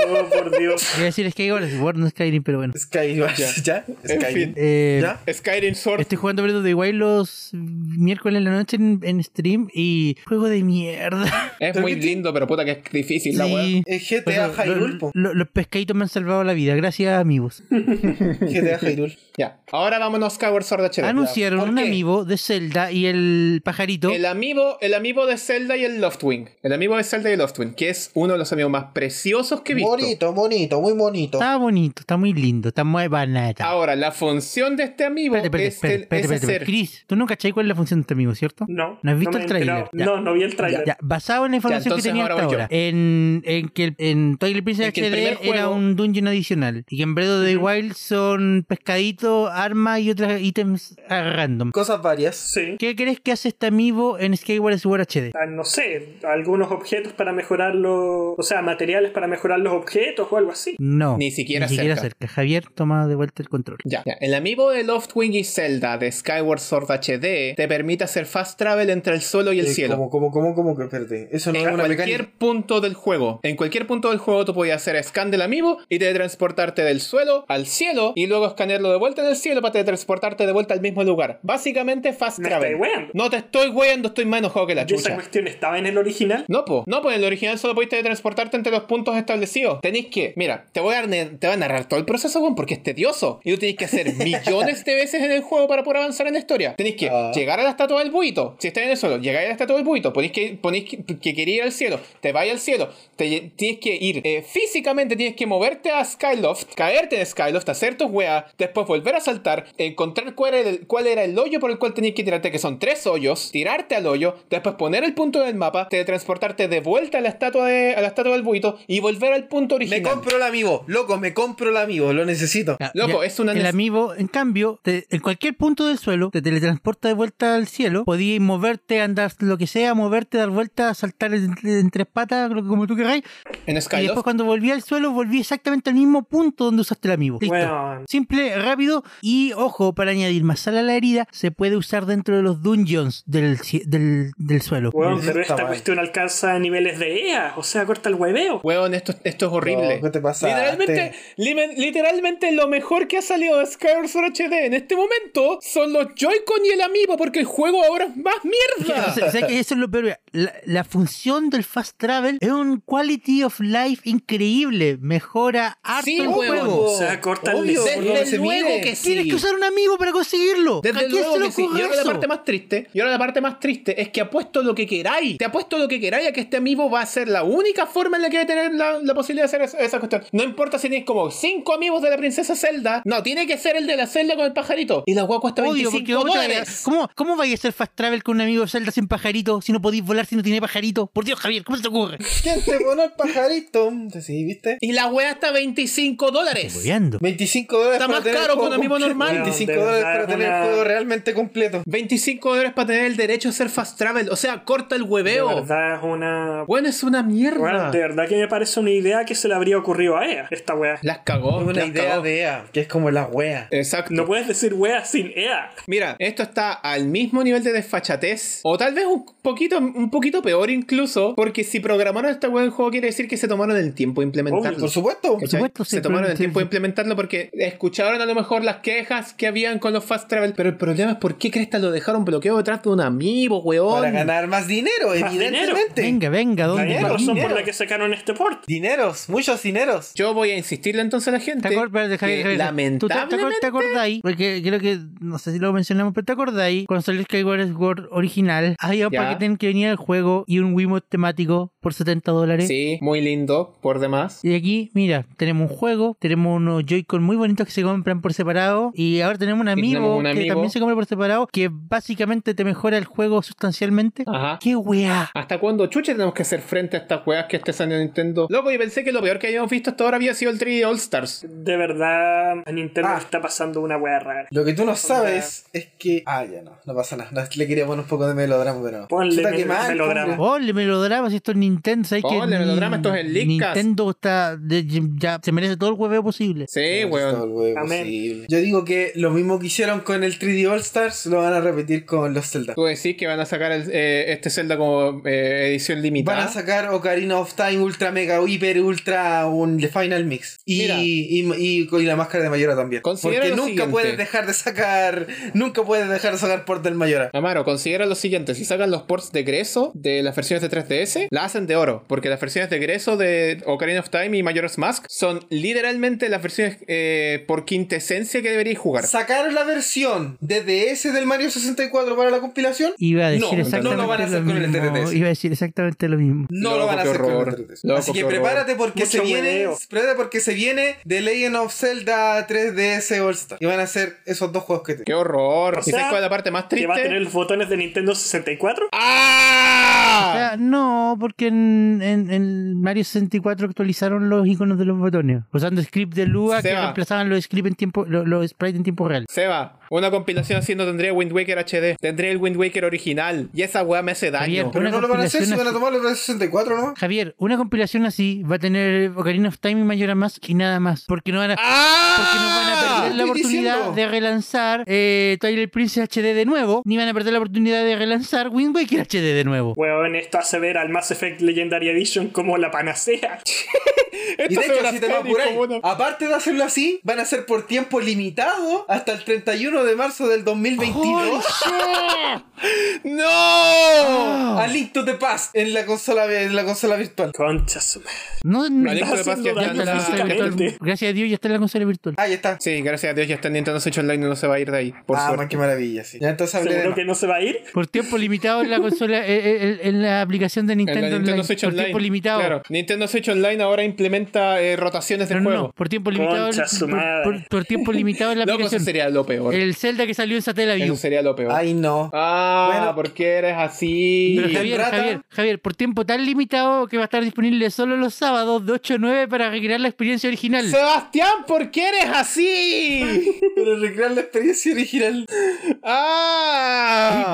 D: oh, por Dios.
B: Voy a decir Skyward Sword, no Skyrim, pero bueno.
C: Sky, ya.
A: En
C: Sky.
A: fin.
B: Eh,
C: ¿Ya?
A: Skyrim Sword.
B: Estoy jugando Breath of the Wild los miércoles en la noche en, en stream y juego de mierda.
A: Es muy lindo, pero puta que es difícil la
B: Sí.
A: weá.
C: Es GTA Hyrule, po.
B: Lo- los pescaditos me han salvado la vida, gracias amigos.
C: GTA Hyrule.
A: Ya, ahora vámonos a Skyward Sword HD.
B: Anunciaron
C: ¿Por
B: un
C: qué?
B: amigo de Zelda y el pajarito.
A: El amigo, el amigo de Zelda y el Loftwing. El amigo de Zelda y el Loftwing, que es uno de los amigos más preciosos que he visto.
C: Bonito, bonito, muy bonito.
B: Está bonito, está muy lindo, está muy banata.
A: Ahora, la función de este amigo
B: Espérate, espérate,
A: es, el-
B: espérate, espérate,
A: es
B: espérate,
A: hacer-
B: espérate. Chris, tú no cachai cuál es la función de este amigo, ¿cierto?
D: No.
B: ¿No has visto
D: me
B: el
D: he
B: tráiler?
D: enterado.
B: Ya.
D: No, no vi el tráiler.
B: Ya, basado en la información que
A: entonces
B: tenía
A: ahora
B: hasta
A: voy yo.
B: ahora, en, en que el- en Twilight Princess
A: En que el
B: HD
A: primer
B: era
A: juego-
B: un dungeon adicional y que en Breath of the Wild son pescaditos, armas y otros ítems a random.
C: Cosas varias.
D: Sí.
B: ¿Qué crees que hace este amigo en Skyward Sword HD?
D: Ah, No sé, algunos objetos para mejorar los. O sea, materiales para mejorar los objetos o algo así.
B: No,
A: Ni siquiera cerca.
B: Javier toma de vuelta el control.
A: Ya, ya. El amigo de Loftwing y Zelda de Skyward Sword HD te permite hacer fast travel entre el suelo y el
C: Eh,
A: cielo.
C: Como, como, como, como que, espérate. Eso no es
A: En
C: una
A: cualquier
C: mecánica.
A: punto del juego. En cualquier punto del juego tú podías hacer scan del amiibo y teletransportarte del suelo al cielo y luego escanearlo de vuelta en el cielo para teletransportarte de vuelta al mismo lugar. Básicamente fast
D: Me
A: travel.
D: estáis weando.
A: no te estoy weando, estoy más enojado que la
D: ¿Y esa
A: chucha.
D: cuestión estaba en el original?
A: No, po. No, pues en el original solo podías teletransportarte entre los puntos establecidos. Tenéis que. Mira, te voy a, ne- te voy a narrar todo el proceso, weón, porque es tedioso. Y tú tenéis que hacer millones de veces en el juego para poder avanzar en la historia. Tenéis que
C: Ah.
A: llegar a la estatua del buito. Si estáis en el suelo, llegáis a la estatua del buito. Ponéis que, ponéis que, que queréis ir al cielo. Te vais al cielo. Te lle- tienes que ir eh, físicamente, tienes que moverte a Skyloft, caerte en Skyloft, hacer tus weas, después volver a saltar, encontrar cuál era, el, cuál era el hoyo por el cual tenías que tirarte, que son tres hoyos, tirarte al hoyo, después poner el punto del mapa, teletransportarte de vuelta a la estatua, de, a la estatua del buito y volver al punto
C: Me
A: original.
C: compro el amigo, loco, me compro el amigo, lo necesito.
B: Ya,
A: Loco,
B: Ah, ya,
A: es una
B: El
A: nes-
B: amigo, en cambio, te- en cualquier punto del suelo, te teletransporta de vuelta al cielo. Podías moverte, andar lo que sea, moverte, dar vueltas, saltar en, en tres patas, lo que- como tú queráis.
A: en
B: Y después,
A: Skyloft.
B: cuando volví al suelo, volví exactamente al mismo punto donde usaste el amigo. Listo.
D: Weón.
B: Simple, rápido y ojo, para añadir más sal a la herida, se puede usar dentro de los dungeons del, ci- del, del suelo.
D: Weón,
C: Eso
D: pero
C: está
D: esta
C: mal.
D: cuestión alcanza niveles de EA, o sea, corta el hueveo.
A: Weón, esto, esto es horrible.
C: No, ¿qué te pasa?
A: Literalmente, limen- literalmente lo mejor que ha salido de Skyward Sword HD en este momento son los Joy-Con y el Amiibo, porque el juego ahora es más mierda.
B: O sea, o sea que eso es lo peor. La, la función del fast travel es un quality of life increíble. Mejora harto
A: Sí,
B: el
A: huevón.
B: juego.
D: O sea, corta el
C: Oh, Obvio,
D: diseño.
C: por donde se mire.
B: Tienes que usar un amigo para conseguirlo. ¿A
A: Desde
B: quién
A: luego
B: se le
A: que sí.
B: ocurre
A: Y ahora la
B: eso?
A: parte más triste, y ahora la parte más triste es que apuesto lo que queráis. Te apuesto lo que queráis a que este amigo va a ser la única forma en la que va a tener la, la posibilidad de hacer esa, esa cuestión. No importa si tienes como cinco amigos de la princesa Zelda. No, tiene que ser el de la Zelda con el pajarito. Y la guagua cuesta
B: Obvio,
A: 25
B: porque otra
A: dólares.
B: ¿cómo, ¿Cómo vais a hacer fast travel con un amigo de Zelda sin pajarito? Si no podéis volar, si no tiene pajarito. Por Dios, Javier, ¿cómo se te ocurre?
C: ¿Quién te pone el pajarito? Sí, ¿viste?
A: Y la wea está 25 dólares.
B: Hueveando.
C: 25 dólares
A: Está
C: para
A: más
C: tener
A: caro
C: el juego
A: que un amigo
C: completo.
A: normal.
C: 25
D: Weón, de
C: dólares
D: verdad,
C: para tener
D: una-
C: el juego realmente completo.
A: 25 dólares para tener el derecho a hacer fast travel. O sea, corta el
D: De
A: hueveo.
D: verdad es una.
A: Bueno, es una mierda.
D: Weón, de verdad que me parece una idea que se le habría ocurrido a EA, esta wea.
A: Las cagó.
C: Es una
A: las
C: idea
A: cagó.
C: de EA, que es como la wea.
A: Exacto.
D: No puedes decir wea sin E EA.
A: Mira, esto está al mismo nivel de desfachatez, o tal vez un poquito, un poquito peor incluso, porque si programaron esta web del juego quiere decir que se tomaron el tiempo de implementarlo.
D: Obvio,
C: Por supuesto.
A: ¿Cachai?
B: supuesto, sí,
A: se tomaron el
B: pero-
A: tiempo de implementarlo porque escucharon a lo mejor las quejas que habían con los fast travel, pero el problema es por qué Cresta lo dejaron bloqueado detrás de un amigo, weón.
C: Para ganar más dinero, evidentemente.
B: Venga, venga, ¿dónde?
D: La
C: Dinero,
B: Joaquín?
D: razón por
C: dinero.
D: la que sacaron este port.
C: Dineros, muchos dineros.
A: Yo voy a insistirle entonces a la gente.
B: ¿Te acuerdas, espérate, Javier,
A: que
B: Javier, Javier, ¿tú te- te acuer-
A: lamentablemente-
B: ¿Te acordáis? Porque creo que, no sé si lo mencionamos, pero ¿te acordáis? Cuando salió Skyward Sword original, había un
A: Ya.
B: paquete en que venía el juego y un Wiimote temático por 70 dólares.
A: Sí, muy lindo, por demás.
B: Y aquí, mira, tenemos un juego, tenemos unos Joy-Con muy bonitos que se compran por separado. Y ahora tenemos un amigo
A: tenemos un
B: que
A: amiibo.
B: también se compra por separado, que básicamente te mejora el juego sustancialmente.
A: Ajá.
B: ¡Qué weá!
A: ¿Hasta cuándo, chucha, tenemos que hacer frente a estas weas que esté saliendo Nintendo? Loco, y pensé que lo peor que habíamos visto hasta ahora había sido el 3 All Stars.
D: De verdad, a Nintendo
C: Ah.
D: está pasando una wea rara.
C: Lo que tú no sabes es que. Ah, ya no, no pasa nada. No, le quería poner un poco de melodrama, pero no.
D: Ponle
C: Chuta, qué
D: mel- melodrama.
C: hombre.
B: ¡Ole, melodrama! Si esto es Nintendo, ¿sabes que
A: Ole, melodrama, esto es el Leadcast.
B: Nintendo está, de- ya se merece todo el hueveo posible.
A: Sí,
C: Todo
A: weón.
C: el huevo
D: Amén.
C: posible. Yo digo que lo mismo que hicieron con el 3D All Stars lo van a repetir con los Zelda.
A: Tú decís que van a sacar el- eh, este Zelda como eh, edición limitada.
C: Van a sacar Ocarina of Time, Ultra Mega, Hyper, Ultra, un The Final Mix. Y,
A: Mira.
C: y, y- y la máscara de Mayora también.
A: Considera
C: Porque
A: lo
C: nunca
A: siguiente.
C: puedes dejar de sacar. Nunca puedes dejar de sacar por del Mayora.
A: Amaro, considera lo siguiente: si sacan los ports de Greso de las versiones de 3DS, la hacen de oro, porque las versiones de Greso de Ocarina of Time y Majora's Mask son literalmente las versiones eh, por quintesencia que deberíais jugar.
C: ¿Sacaron la versión de DS del Mario 64 para la compilación?
B: Iba a
C: No,
B: decir
C: no lo
B: exactamente
C: van a hacer
B: lo
C: con el
B: mismo.
C: TTS.
B: Iba a decir exactamente lo mismo.
C: No
A: Loco,
C: lo van a
A: qué
C: hacer con
A: horror.
C: el 3DS.
A: Loco,
C: Así que
A: qué
C: prepárate porque
D: Mucho
C: se viene.
D: hueveo.
C: Prepárate porque se viene The Legend of Zelda 3DS All Star. Y van a ser esos dos juegos que te.
A: ¡Qué horror!
D: O
A: ¿Y
D: sea,
A: sabes cuál es la parte más
D: ¿Que
A: triste?
D: va a tener los botones de Nintendo 64?
A: ¡Ah!
B: O sea, no, porque en, en, en Mario 64 actualizaron los iconos de los botones, usando script de Lua que
A: Seba.
B: reemplazaban los script en tiempo, los, los sprites en tiempo real.
A: Seba, una compilación así no tendría Wind Waker HD, tendría el Wind Waker original. Y esa weá me hace daño.
B: Javier,
C: Pero
B: Una
C: no lo van a hacer si
B: compilación
C: van a tomar los 364, ¿no?
B: Javier, una compilación así va a tener Ocarina of Time y Mayora más y nada más, porque no van a, porque no van a
A: ¡Ah!
B: perder la
C: Ah, estoy
B: oportunidad
C: diciendo.
B: de relanzar eh, Twilight Princess HD de nuevo, ni van a perder la oportunidad de relanzar Wind Waker HD de nuevo.
D: Weón, esto hace ver al Mass Effect Legendary Edition como la panacea.
C: Y
A: Esto
C: de
A: se
C: hecho,
A: las
C: si te lo
A: pedí
C: apuráis, Ah.
A: como una-
C: aparte de hacerlo así, van a ser por tiempo limitado hasta el 31 de marzo del 2022
A: ¡No!
C: a Link to the Past en la consola, en la consola virtual.
D: Concha su madre.
B: No, no-
A: Vale,
D: Está
A: de paz que
D: haciendo
A: ya
D: daño
A: está la-
D: físicamente.
B: gracias a Dios ya está en la consola virtual.
C: Ahí está.
A: Sí, gracias a Dios ya está en Nintendo Switch Online y no se va a ir de ahí. Por
C: ah, man,
A: suerte.
C: qué maravilla, sí. Ya entonces hablé de
D: ¿Seguro
C: más.
D: que no se va a ir?
B: Por tiempo limitado en la consola, eh, eh, eh, en la aplicación de
A: En
B: Nintendo,
A: la Nintendo
B: Online.
A: Switch
B: por
A: Online.
B: tiempo limitado.
A: Claro, este Nintendo Switch Online ahora implementa eh, rotaciones de
B: Pero no, no,
A: juego.
B: por tiempo limitado.
D: Concha su
B: por-
D: madre.
B: por, por tiempo limitado en la
A: Loco, eso
B: aplicación.
A: sería lo peor.
B: El Zelda que salió en
A: Eso
B: Satellaview.
A: sería lo peor.
C: Ay, no.
A: Ah,
C: Bueno.
A: ¿por qué eres así?
B: Pero Javier,
C: Rata.
B: Javier, Javier, por tiempo tan limitado que va a estar disponible solo los sábados de 8 a 9 para recrear la experiencia original.
A: Sebastián, ¿por qué eres así?
C: Pero recrear la experiencia original.
A: ¡Ah!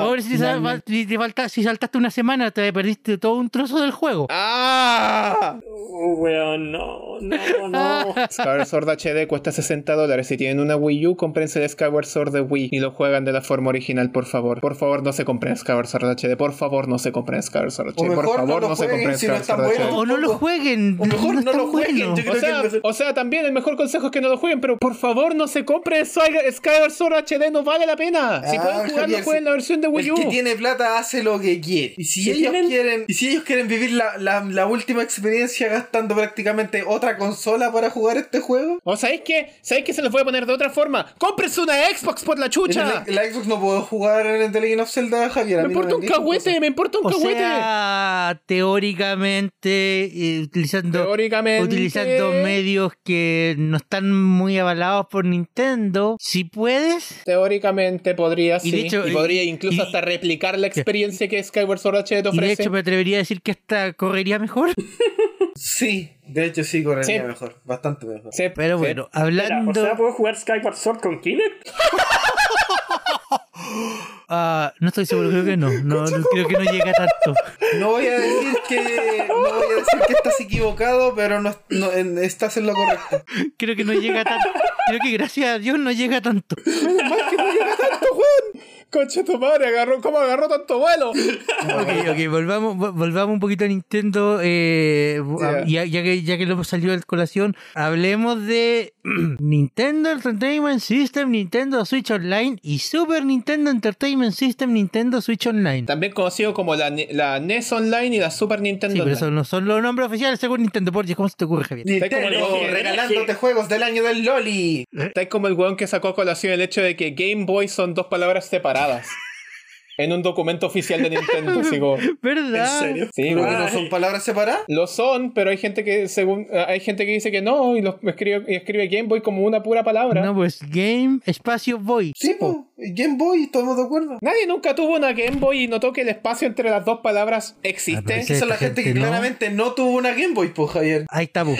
B: Pobre, si, te sal- si te falta- si saltaste una semana, te perdiste todo un trozo del juego.
A: ¡Ah!
D: Oh, weón, no, no, no.
A: Skyward Sword HD cuesta 60 dólares. Si tienen una Wii U, cómprense el Skyward Sword de Wii y lo juegan de la forma original, por favor. Por favor, no se compren Skyward Sword HD. Por favor, no se compren Skyward Sword
C: O
A: HD. Por
C: mejor,
A: favor,
C: no lo
A: no, se
C: jueguen
A: compren
C: si no
A: Skyward
C: están
A: Sword
C: buenos.
A: HD.
B: O no lo jueguen.
C: O mejor
B: es
C: no
B: tan
C: lo jueguen,
B: bueno.
C: yo creo-
A: O
C: que
A: sea,
C: el mejor-
A: o sea, también el mejor consejo es que no lo jueguen, pero por favor no se compren Sky- Skyward Sword HD, no vale la pena. Si
C: Ah,
A: pueden jugarlo,
C: Javier,
A: jueguen
C: sí.
A: la versión de Wii
C: El
A: U.
C: que tiene plata hace lo que quiere. Y si,
D: Si
C: ellos
D: tienen-
C: quieren, y si ellos quieren vivir la, la- la última experiencia gastando prácticamente otra consola para jugar este juego,
A: ¿O sabéis que ¿Sabéis que se los voy a poner de otra forma? ¡Cómprense una Xbox por la chucha!
C: en el- la Xbox no puedo jugar en el The Legend of Zelda, Javier. a
A: Me
C: mí no
A: importa un
C: han dicho
A: cagüete, me importa un
B: O
A: cagüete.
B: sea, teóricamente, eh, utilizando,
A: Teóricamente.
B: utilizando medios que no están muy avalados por Nintendo, si puedes,
A: Teóricamente podría, sí.
B: de hecho,
A: y podría
B: y-
A: incluso
B: y-
A: hasta replicar la experiencia que Skyward Sword HD te
B: y de
A: ofrece.
B: hecho me atrevería a decir que esta correría mejor.
C: cosas. Sí, de hecho sí, correría
A: Sí.
C: mejor. Bastante mejor.
A: Sí,
B: Pero
A: sí.
B: bueno,
D: Espera,
B: hablando...
D: o sea, ¿puedo jugar Skyward Sword con Kinect?
B: ah, no estoy seguro, creo que no. No, no, creo que no llega tanto.
C: No voy a decir que, no voy a decir que estás equivocado, pero no, no- en- estás en lo correcto.
B: Creo que no llega tanto. Creo que gracias a Dios no llega tanto.
A: Conche tu madre, agarró, ¿cómo agarró tanto vuelo?
B: Ok, ok, volvamos, vo- volvamos un poquito a Nintendo. eh, vo- a- ya, ya que, ya que lo salió de colación, hablemos de Nintendo Entertainment System, Nintendo Switch Online y Super Nintendo Entertainment System, Nintendo Switch Online.
A: También conocido como la, ne- la NES Online y la Super Nintendo
B: Sí, pero
A: Online.
B: esos no son los nombres oficiales según Nintendo. Por Dios, ¿cómo se te ocurre, Javier?
C: Nintendo,
A: como el-
C: regalándote juegos del año del Loli.
A: Está como el weón que sacó a colación el hecho de que Game Boy son dos palabras separadas. en un documento oficial de Nintendo. así como-
B: ¿Verdad?
D: ¿En serio?
A: Sí,
C: Pero
A: güey.
C: que no son palabras separadas.
A: Lo son, pero hay gente que según eh, hay gente que dice que no y lo escribe, y escribe Game Boy como una pura palabra.
B: No, pues Game Espacio Boy.
C: Sí, pues. Game Boy, estamos de acuerdo.
A: Nadie nunca tuvo una Game Boy y notó que el espacio entre las dos palabras
B: Ah,
A: existe.
B: pero
C: Esa es la gente que
B: Gente, ¿no?
C: claramente no tuvo una Game Boy, pues, Javier.
B: Ahí está, bu.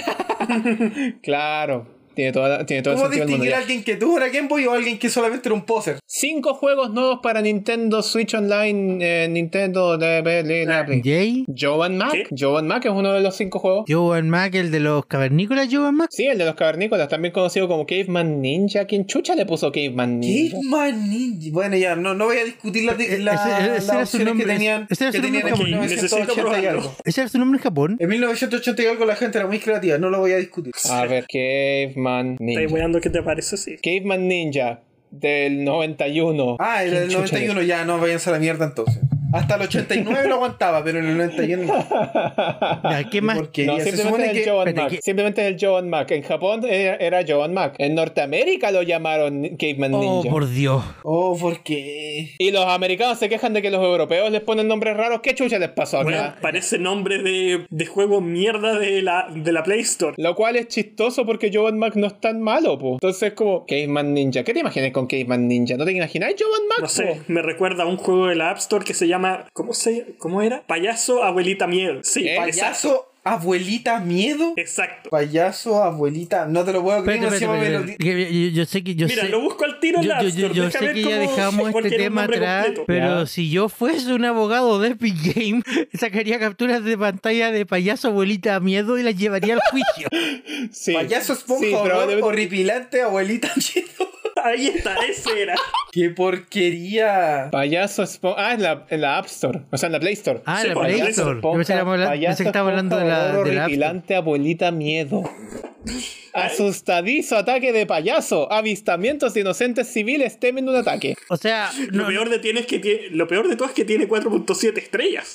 A: Claro, tiene, toda, tiene todo el
C: ¿Cómo
A: sentido del mundo.
C: distinguir a
A: ya.
C: alguien que tuvo una Game Boy o a alguien que solamente era un poser?
A: Cinco juegos nuevos para Nintendo Switch Online, eh, Nintendo de de- de- de-
B: Jay.
A: Joan Mac.
D: ¿Qué?
A: Joan Mac es uno de los cinco juegos.
B: Joan Mac, el de los cavernícolas, Joan Mac.
A: Sí, el de los cavernícolas, también conocido como Caveman Ninja. ¿Quién chucha le puso Caveman Ninja?
C: Caveman Ninja. Bueno, ya, no, no voy a discutir las
B: Ese-
C: la,
B: ese
C: las
B: era su
C: opciones
B: nombre,
C: que tenían,
B: ese era
C: que
B: su
C: tenían en
B: nombre
D: japonés. Necesito
C: 1980 y
D: probarlo.
C: algo.
B: ¿Ese era su nombre en Japón?
C: En 1980 y algo la gente era muy creativa, no lo voy a discutir.
A: A ver, Caveman Ninja.
D: Estáis weando que te parece así.
A: Caveman Ninja del 91.
C: Ah, el,
A: ¿Quién
C: el
A: chucha le-
C: 91 ya, no, váyanse a la mierda entonces. Hasta el 89 lo aguantaba, pero en el 91 no.
B: Ya, ¿Qué más?
C: Porque
A: No,
C: se
A: simplemente
C: supone
A: es el
C: que...
A: Joan
B: espérate,
A: Mac.
B: ¿qué?
A: Simplemente es el Joan Mac. En Japón era, era Joan Mac. En Norteamérica lo llamaron Caveman
B: Oh,
A: Ninja.
B: por Dios.
C: Oh, ¿por qué?
A: Y los americanos se quejan de que los europeos les ponen nombres raros. ¿Qué chucha les pasó acá?
D: Bueno, parece nombre de, de juego mierda de la, de la Play Store.
A: Lo cual es chistoso porque Jovan Mac no es tan malo, po. Entonces, como, Caveman Ninja. ¿Qué te imaginas con Caveman Ninja? ¿No te imaginas Jovan Mac?
D: No
A: po?
D: sé, me recuerda a un juego de la App Store que se llama. ¿Cómo se cómo era? Payaso Abuelita Miedo. Sí,
A: ¿Eh?
C: ¿Payaso, abuelita, miedo?
D: Exacto.
C: Payaso, abuelita, no te lo puedo creer.
B: Espérate, espérate,
C: encima me lo
B: espérate. Que- Yo, yo sé que. Yo
D: Mira,
B: sé...
D: lo busco al tiro en
B: Yo,
D: la App
B: yo- yo-
D: Store.
B: yo
D: Deja
B: sé
D: ver
B: que ya
D: cómo-
B: dejamos
D: porque
B: este
D: era un
B: tema
D: nombre
B: atrás,
D: completo.
B: pero
A: Ya.
B: si yo fuese un abogado de Epic Game, sacaría capturas de pantalla de payaso abuelita a miedo y las llevaría al juicio.
A: Sí.
C: Payaso esponja,
A: Sí,
C: horror,
A: probablemente-
C: horripilante, abuelita, miedo.
D: Ahí está, ese era.
C: ¡Qué porquería!
A: Payaso Esponja. Ah, en la, en la App Store. O sea, en la Play Store.
B: Ah,
D: Sí,
B: la
D: pues,
B: Play
D: payaso
B: Store. Yo pensé que
A: Esponja,
B: éramos la-
A: payaso
B: pensé que estaba hablando de la.
A: esponja,
B: de la
A: horror
B: App Store.
A: horripilante, abuelita miedo. Asustadizo ataque de payaso. Avistamientos de inocentes civiles temen un ataque.
B: o sea,
D: Lo
B: no,
D: peor de tiene es que tiene- lo peor de todo es que tiene 4.7 estrellas.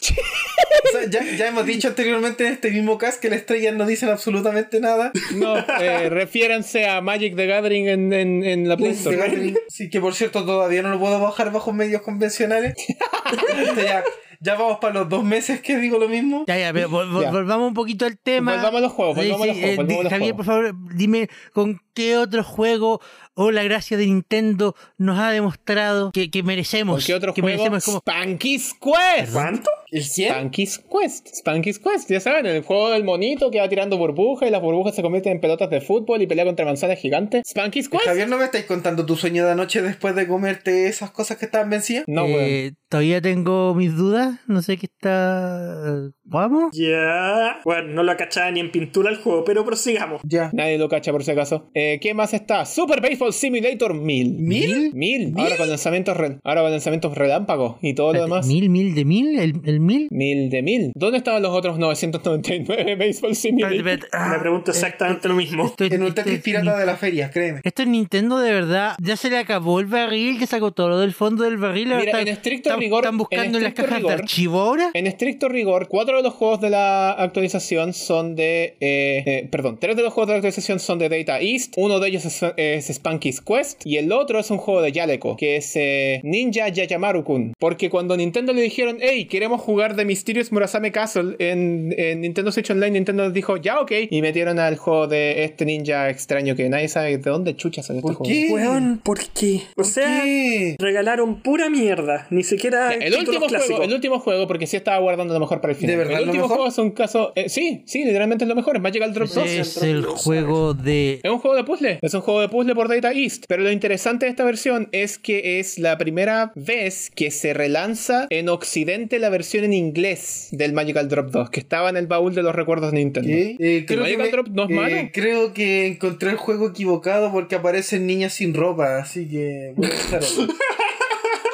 C: O sea, ya, ya hemos dicho anteriormente en este mismo cast que las estrellas no dicen absolutamente nada.
A: No, eh, refiéranse a Magic the Gathering en, en- en la Play Store.
C: Este Sí, que por cierto todavía no lo puedo bajar bajo medios convencionales. Este, ya, ya vamos para los dos meses que digo lo mismo.
B: Ya, ya, pero vol- vol-
A: Ya.
B: volvamos un poquito al tema.
A: Volvamos a los juegos, volvamos a los juegos,
B: eh,
A: volvamos
B: di-
A: a los
B: Javier,
A: juegos.
B: por favor, dime con qué otro juego o la gracia de Nintendo nos ha demostrado que, que merecemos.
A: ¿Qué otro
B: que
A: juego?
B: merecemos como.
A: Spanky's Quest.
D: ¿Cuánto?
C: ¿El 100?
A: Spanky's Quest. Spanky's Quest, ya saben, el juego del monito que va tirando burbujas y las burbujas se convierten en pelotas de fútbol y pelea contra manzanas gigantes. Spanky's Quest.
C: Javier, ¿no me estáis contando tu sueño de anoche después de comerte esas cosas que estaban vencidas?
A: No,
B: Eh,
A: weón.
B: Todavía tengo mis dudas. No sé qué está. ¿Vamos?
D: Ya. Bueno, no lo cachaba ni en pintura el juego, pero prosigamos.
C: Ya.
A: Nadie lo cacha por si acaso. Eh, ¿Qué más está? Super Baseball Simulator 1000.
C: ¿Mil?
A: Mil. Ahora con lanzamientos, re- ahora con lanzamientos relámpagos y todo lo
B: Espérate,
A: demás.
B: ¿Mil, mil de mil? ¿El, el mil?
A: Mil de mil. ¿Dónde estaban los otros 999 Baseball
B: Espérate,
A: Simulator?
B: espérate. Ah, este
D: Me
A: eh,
D: pregunto exactamente lo mismo.
B: esto es-
C: En un
B: esto
C: Tetris
B: es
C: pirata de la feria, créeme.
B: Esto en Nintendo de verdad ya se le acabó el barril, que sacó todo lo del fondo del barril. ahora
A: Mira,
B: están-
A: en estricto
B: están-
A: rigor-
B: Están buscando
A: en
B: en, las
A: estricto
B: cajas
A: rigor-
B: de archivo ahora.
A: En estricto rigor, cuatro de los juegos de la actualización son de. eh, eh, perdón, tres de los juegos de la actualización son de Data East. Uno de ellos es, es Spanky's Quest. Y el otro es un juego de Yaleco, que es eh, Ninja Yayamaru-kun. Porque cuando Nintendo le dijeron, hey, queremos jugar de Mysterious Murasame Castle en, en Nintendo Switch Online, Nintendo dijo, ya, ok. Y metieron al juego de este ninja extraño que nadie sabe de dónde chucha salió este
C: ¿Por
A: juego.
C: qué?
D: Weón, ¿por qué? O
C: ¿Por
D: sea,
C: qué?
D: regalaron pura mierda. Ni siquiera.
A: Ya, El
D: títulos
A: último, juego,
D: clásicos.
A: el último juego, porque sí estaba guardando lo mejor para el final.
C: ¿De verdad
A: el
C: lo
A: último
C: mejor?
A: juego es un caso. eh, sí, sí, literalmente es lo mejor. Es Magical Drop 2.
B: Ese es
D: Drop
B: el
D: Loose,
B: juego de.
A: Es un juego de puzzle, es un juego de puzzle por Data East. Pero lo interesante de esta versión es que es la primera vez que se relanza en Occidente la versión en inglés del Magical Drop 2, que estaba en el baúl de los recuerdos de Nintendo.
C: ¿Qué? Eh, creo, que
A: Magical
C: me-
A: Drop no es
C: eh,
A: malo.
C: creo que encontré el juego equivocado porque aparecen niñas sin ropa, así que voy a usar otro.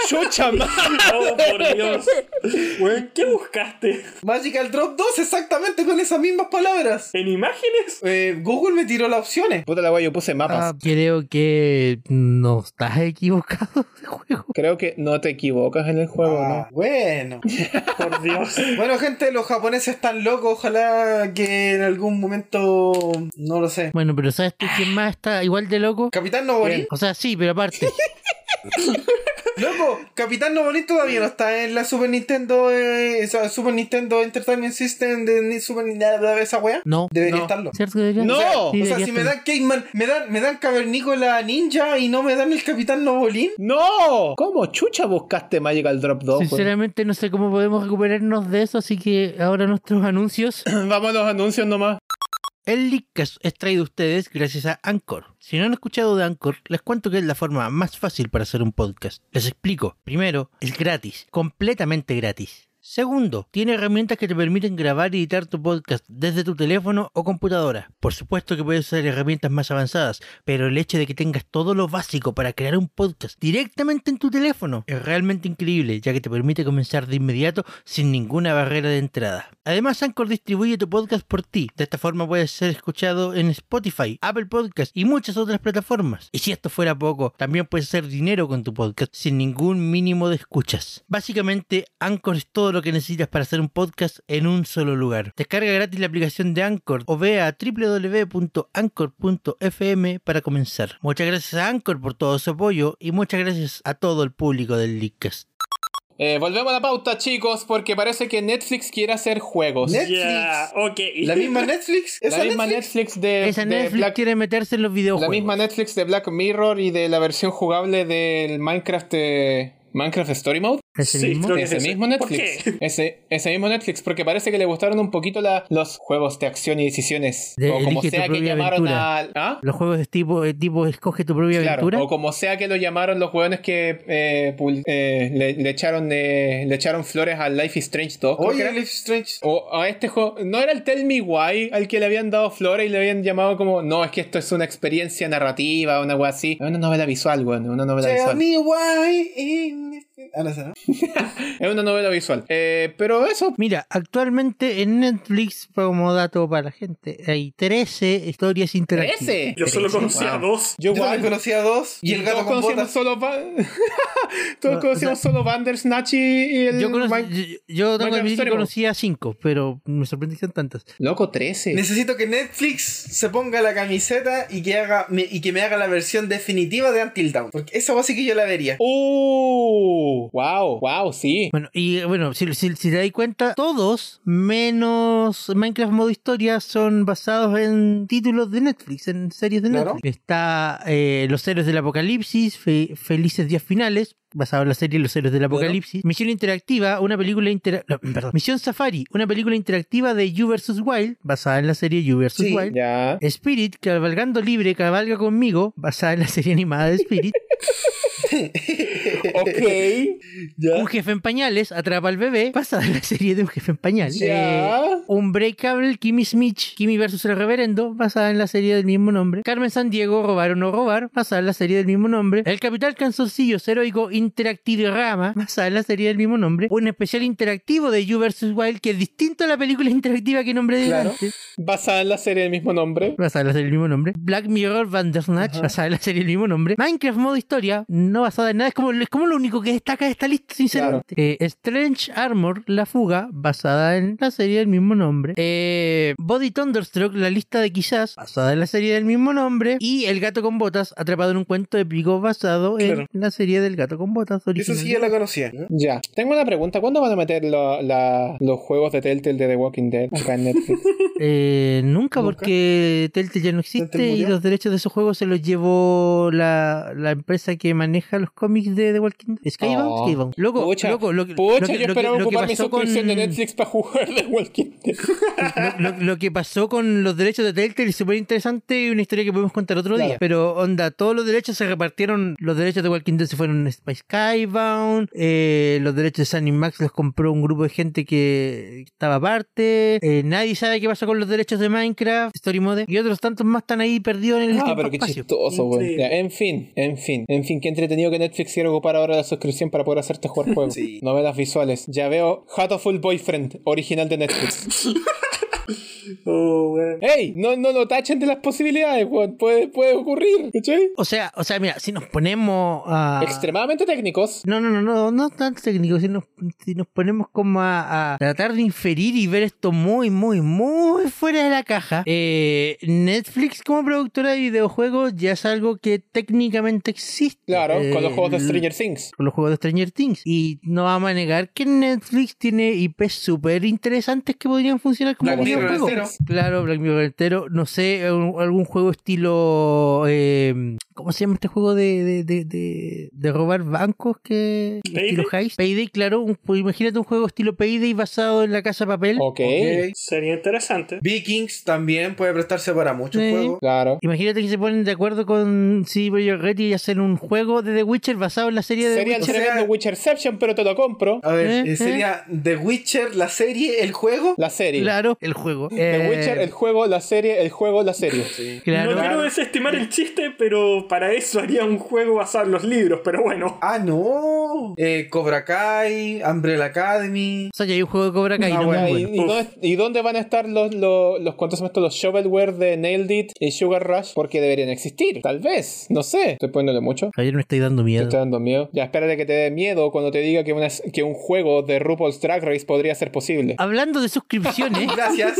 A: ¡Chucha madre!
D: Oh, por Dios. Weón, ¿qué buscaste?
C: Magical Drop 2, exactamente con esas mismas palabras.
D: ¿En imágenes?
C: Eh, Google me tiró las opciones.
A: Puta la guay, yo puse mapas.
B: Ah, creo que no estás equivocado de juego.
A: Creo que no te equivocas en el juego,
C: Ah, bueno.
D: Por Dios.
C: Bueno, gente, los japoneses están locos. Ojalá que en algún momento. No lo sé.
B: Bueno, pero ¿sabes tú quién más está igual de loco?
C: Capitán Nobori.
A: Bien.
B: O sea, sí, pero aparte.
C: Loco, Capitán No Bonito todavía no está en la Super Nintendo, eh, esa Super Nintendo Entertainment System de ni- Super Nintendo, esa wea.
B: No.
C: Debería
A: No.
C: estarlo.
B: ¿Cierto que debería?
A: No.
B: Sí,
A: O
C: O sea,
B: debería
C: si me
B: estar.
C: dan Caveman, me dan, me dan Cavernícola Ninja y no me dan el Capitán Novolín.
A: ¡No! ¿Cómo chucha buscaste Magical Drop pues? 2? weón?
B: Sinceramente no pues. sé cómo podemos recuperarnos de eso, así que ahora nuestros anuncios.
A: Vamos a los anuncios nomás.
B: El Leadcast es traído a ustedes gracias a Anchor. Si no han escuchado de Anchor, les cuento que es la forma más fácil para hacer un podcast. Les explico. Primero, es gratis, completamente gratis. Segundo, tiene herramientas que te permiten grabar y editar tu podcast desde tu teléfono o computadora. Por supuesto que puedes usar herramientas más avanzadas, pero el hecho de que tengas todo lo básico para crear un podcast directamente en tu teléfono es realmente increíble, ya que te permite comenzar de inmediato sin ninguna barrera de entrada. Además, Anchor distribuye tu podcast por ti. De esta forma puedes ser escuchado en Spotify, Apple Podcast y muchas otras plataformas. Y si esto fuera poco, también puedes hacer dinero con tu podcast sin ningún mínimo de escuchas. Básicamente, Anchor es todo lo que necesitas para hacer un podcast en un solo lugar. Descarga gratis la aplicación de Anchor o ve a www.anchor.fm para comenzar. Muchas gracias a Anchor por todo su apoyo y muchas gracias a todo el público del Leadcast.
A: Eh, volvemos a la pauta, chicos, porque parece que Netflix quiere hacer juegos.
C: Net- Netflix.
D: Ya, ok.
C: La misma Netflix.
A: la
C: Esa
A: misma
C: Netflix.
A: Netflix, de,
B: Esa
A: Eh, de
B: Netflix
A: Black-
B: quiere meterse en los videojuegos.
A: la misma Netflix de Black Mirror y de la versión jugable del Minecraft de Minecraft Story Mode.
B: ¿Es el
D: Sí,
B: mismo?
D: creo que
A: Ese
D: es ese.
A: mismo
D: ¿Por
A: Netflix.
D: qué?
A: Ese, ese mismo Netflix, porque parece que le gustaron un poquito la- los juegos de acción y decisiones.
B: De-
A: o como
B: elige tu
A: sea que
B: propia
A: llamaron
B: aventura.
A: al. ¿Ah?
B: Los juegos de tipo, eh, tipo escoge tu propia
A: Claro,
B: aventura.
A: o como sea que lo llamaron los hueones que eh, pul- eh, le, le echaron de- le echaron flores al Life is Strange 2. creo que
C: Oye,
A: era.
C: Life is Strange.
A: O a este juego, ¿no era el Tell Me Why al que le habían dado flores y le habían llamado como, no, es que esto es una experiencia narrativa, una wea así? Es una novela visual, weón, es una novela
C: Tell
A: visual.
C: me why. Ah, no, esa no.
A: Es una novela visual. Eh, pero eso,
B: Mira, actualmente en Netflix, como dato para la gente, hay 13 historias interactivas.
A: ese.
D: Yo solo conocía
A: Wow.
D: dos.
A: Yo
C: Yo también
A: igual.
C: conocía dos. Y el
A: todos
C: gato con
A: conocíamos
C: botas.
A: solo Ba- todos
B: No,
A: conocíamos
B: o
A: solo Bandersnatch y y el
B: Yo, conocí-
A: Mine-
B: yo- yo tengo que
A: Minecraft
B: admitir que
A: Story Mode.
B: conocía 5, pero me sorprende que sean tantas.
A: Loco 13.
C: Necesito que Netflix se ponga la camiseta y que, haga, me- y que me haga la versión definitiva de Until Dawn. Porque esa base que yo la vería.
A: Oh, ¡Uh! ¡Wow! ¡Wow! Sí.
B: Bueno, y bueno, si, si, si te das cuenta, todos menos Minecraft modo historia son basados en títulos de Netflix, en series de
C: Claro.
B: Netflix. Está eh, Los Héroes del Apocalipsis, Fe- Felices Días Finales, basado en la serie Los Héroes del Apocalipsis. Misión Interactiva, una película intera no, perdón. Misión Safari, una película interactiva de You vs. Wild, basada en la serie You vs.
C: Sí.
B: Wild.
A: Ya.
B: Spirit, cabalgando libre, cabalga conmigo, basada en la serie animada de Spirit.
A: Ok.
B: Un jefe en pañales atrapa al bebé, basada en la serie de Un jefe en pañales.
A: Ya.
B: eh, Unbreakable Kimmy Smith, Kimmy versus el Reverendo, basada en la serie del mismo nombre. Carmen San Diego, Robar o no robar, basada en la serie del mismo nombre. El Capital Canzoncillos Heroico Interactivo Rama, basada en la serie del mismo nombre. Un especial interactivo de You vs. Wild, que es distinto a la película interactiva que nombré
C: Claro.
B: antes,
A: Basada en la serie del mismo nombre.
B: basada en la serie del mismo nombre. Black Mirror Bandersnatch, basada en la serie del mismo nombre. Minecraft modo historia, no basada en nada, es como, es como lo único que destaca de esta lista, sinceramente. Eh, Strange Armor, La Fuga, basada en la serie del mismo nombre. Eh, Body Thunderstruck, La Lista de Quizás, basada en la serie del mismo nombre. Y El Gato con Botas, atrapado en un cuento épico basado
D: Claro.
B: en la serie del Gato con Botas
C: Esa
B: original.
C: sí ya la conocía.
A: Ya. Tengo una pregunta. ¿Cuándo van a meter lo- la- los juegos de Telltale de The Walking Dead acá en Netflix?
B: Eh, nunca,
C: ¿Nunca?
B: porque Telltale ya no existe
C: ¿Telltale
B: y
C: murió?
B: los derechos de esos juegos se los llevó la, la empresa que maneja los cómics de The Walking Dead. Skybound,
A: Oh.
B: Skybound. Loco,
A: Pucha,
B: loco, lo, que-
A: Pucha,
B: lo que-
A: yo
B: lo que-
A: esperaba
B: lo que
A: ocupar mi
B: pasó con-
A: suscripción de Netflix para jugar The Walking Dead.
B: lo, lo- lo que pasó con los derechos de Telltale es súper interesante y una historia que podemos contar otro
A: Claro.
B: día. Pero, onda, todos los derechos se repartieron. Los derechos de Walking Dead se fueron a Spy Skybound. eh, los derechos de Sunny Max los compró un grupo de gente que estaba aparte. eh, nadie sabe qué pasó con los derechos de Minecraft, Story Mode. Y otros tantos más están ahí perdidos en el
A: Ah,
B: tiempo
A: pero qué
B: espacio.
A: chistoso, güey.
D: Sí.
A: Ya, En fin, en fin, en fin, qué entretenido que Netflix quiera ocupar ahora la suscripción para poder hacerte jugar juegos.
C: Sí.
A: Novelas visuales. Ya veo Hatoful Boyfriend, original de Netflix.
D: Oh, weón.
A: ¡Eh, hey, no, no lo tachen de las posibilidades, weón. Puede, puede ocurrir, ¿cachai?
B: O sea, o sea, mira, si nos ponemos a.
A: Extremadamente técnicos.
B: No, no, no, no, no tan técnico. Si nos, si nos ponemos como a, a tratar de inferir y ver esto muy, muy, muy fuera de la caja, eh, Netflix como productora de videojuegos ya es algo que técnicamente existe.
A: Claro,
B: Eh,
A: con los juegos de Stranger Things.
B: con los juegos de Stranger Things. Y no vamos a negar que Netflix tiene IPs súper interesantes que podrían funcionar como
C: Black Mirror
B: videojuegos.
C: entero.
B: Claro, Black Mirror entero. No sé, algún algún juego estilo. eh, ¿Cómo se llama este juego de, de, de, de- de robar bancos? que
D: ¿Payday?
B: Estilo heist. Payday, claro. un- pues imagínate un juego estilo Payday basado en la casa de papel.
A: Ok,
C: Ok.
D: Sería interesante.
C: Vikings también puede prestarse para muchos
B: Sí.
C: juegos.
A: claro.
B: Imagínate que se ponen de acuerdo con CD Projekt Red y hacen un juego de The Witcher basado en la serie de The
A: Sería el
B: Witcher.
C: sea-
A: tremendo Witcherception, pero te lo compro.
C: A ver,
B: Eh,
C: eh, sería The Witcher, la serie, el juego.
A: La serie.
B: Claro, el juego.
A: The
B: Eh,
A: Witcher, el juego, la serie, el juego, la serie.
B: Claro.
D: No quiero desestimar el chiste, pero para eso haría un juego basado en los libros, pero bueno.
C: Ah, no. Eh, Cobra Kai, Umbrella Academy.
B: O sea, ya hay un juego de Cobra Kai.
C: Ah,
B: no
C: bueno,
B: muy
A: Ya,
B: bueno.
A: ¿Y, y
D: Uf.
A: dónde, y dónde van a estar los, los, los cuántos son estos? Los shovelware de Nailed It y Sugar Rush? Porque deberían existir, tal vez, no sé. Estoy poniéndole mucho.
B: Javier me estáis dando
A: Te
B: miedo.
A: está dando miedo. Ya, espérate que te dé miedo cuando te diga que, una- que un juego de RuPaul's Drag Race podría ser posible.
B: Hablando de suscripciones,
C: Gracias.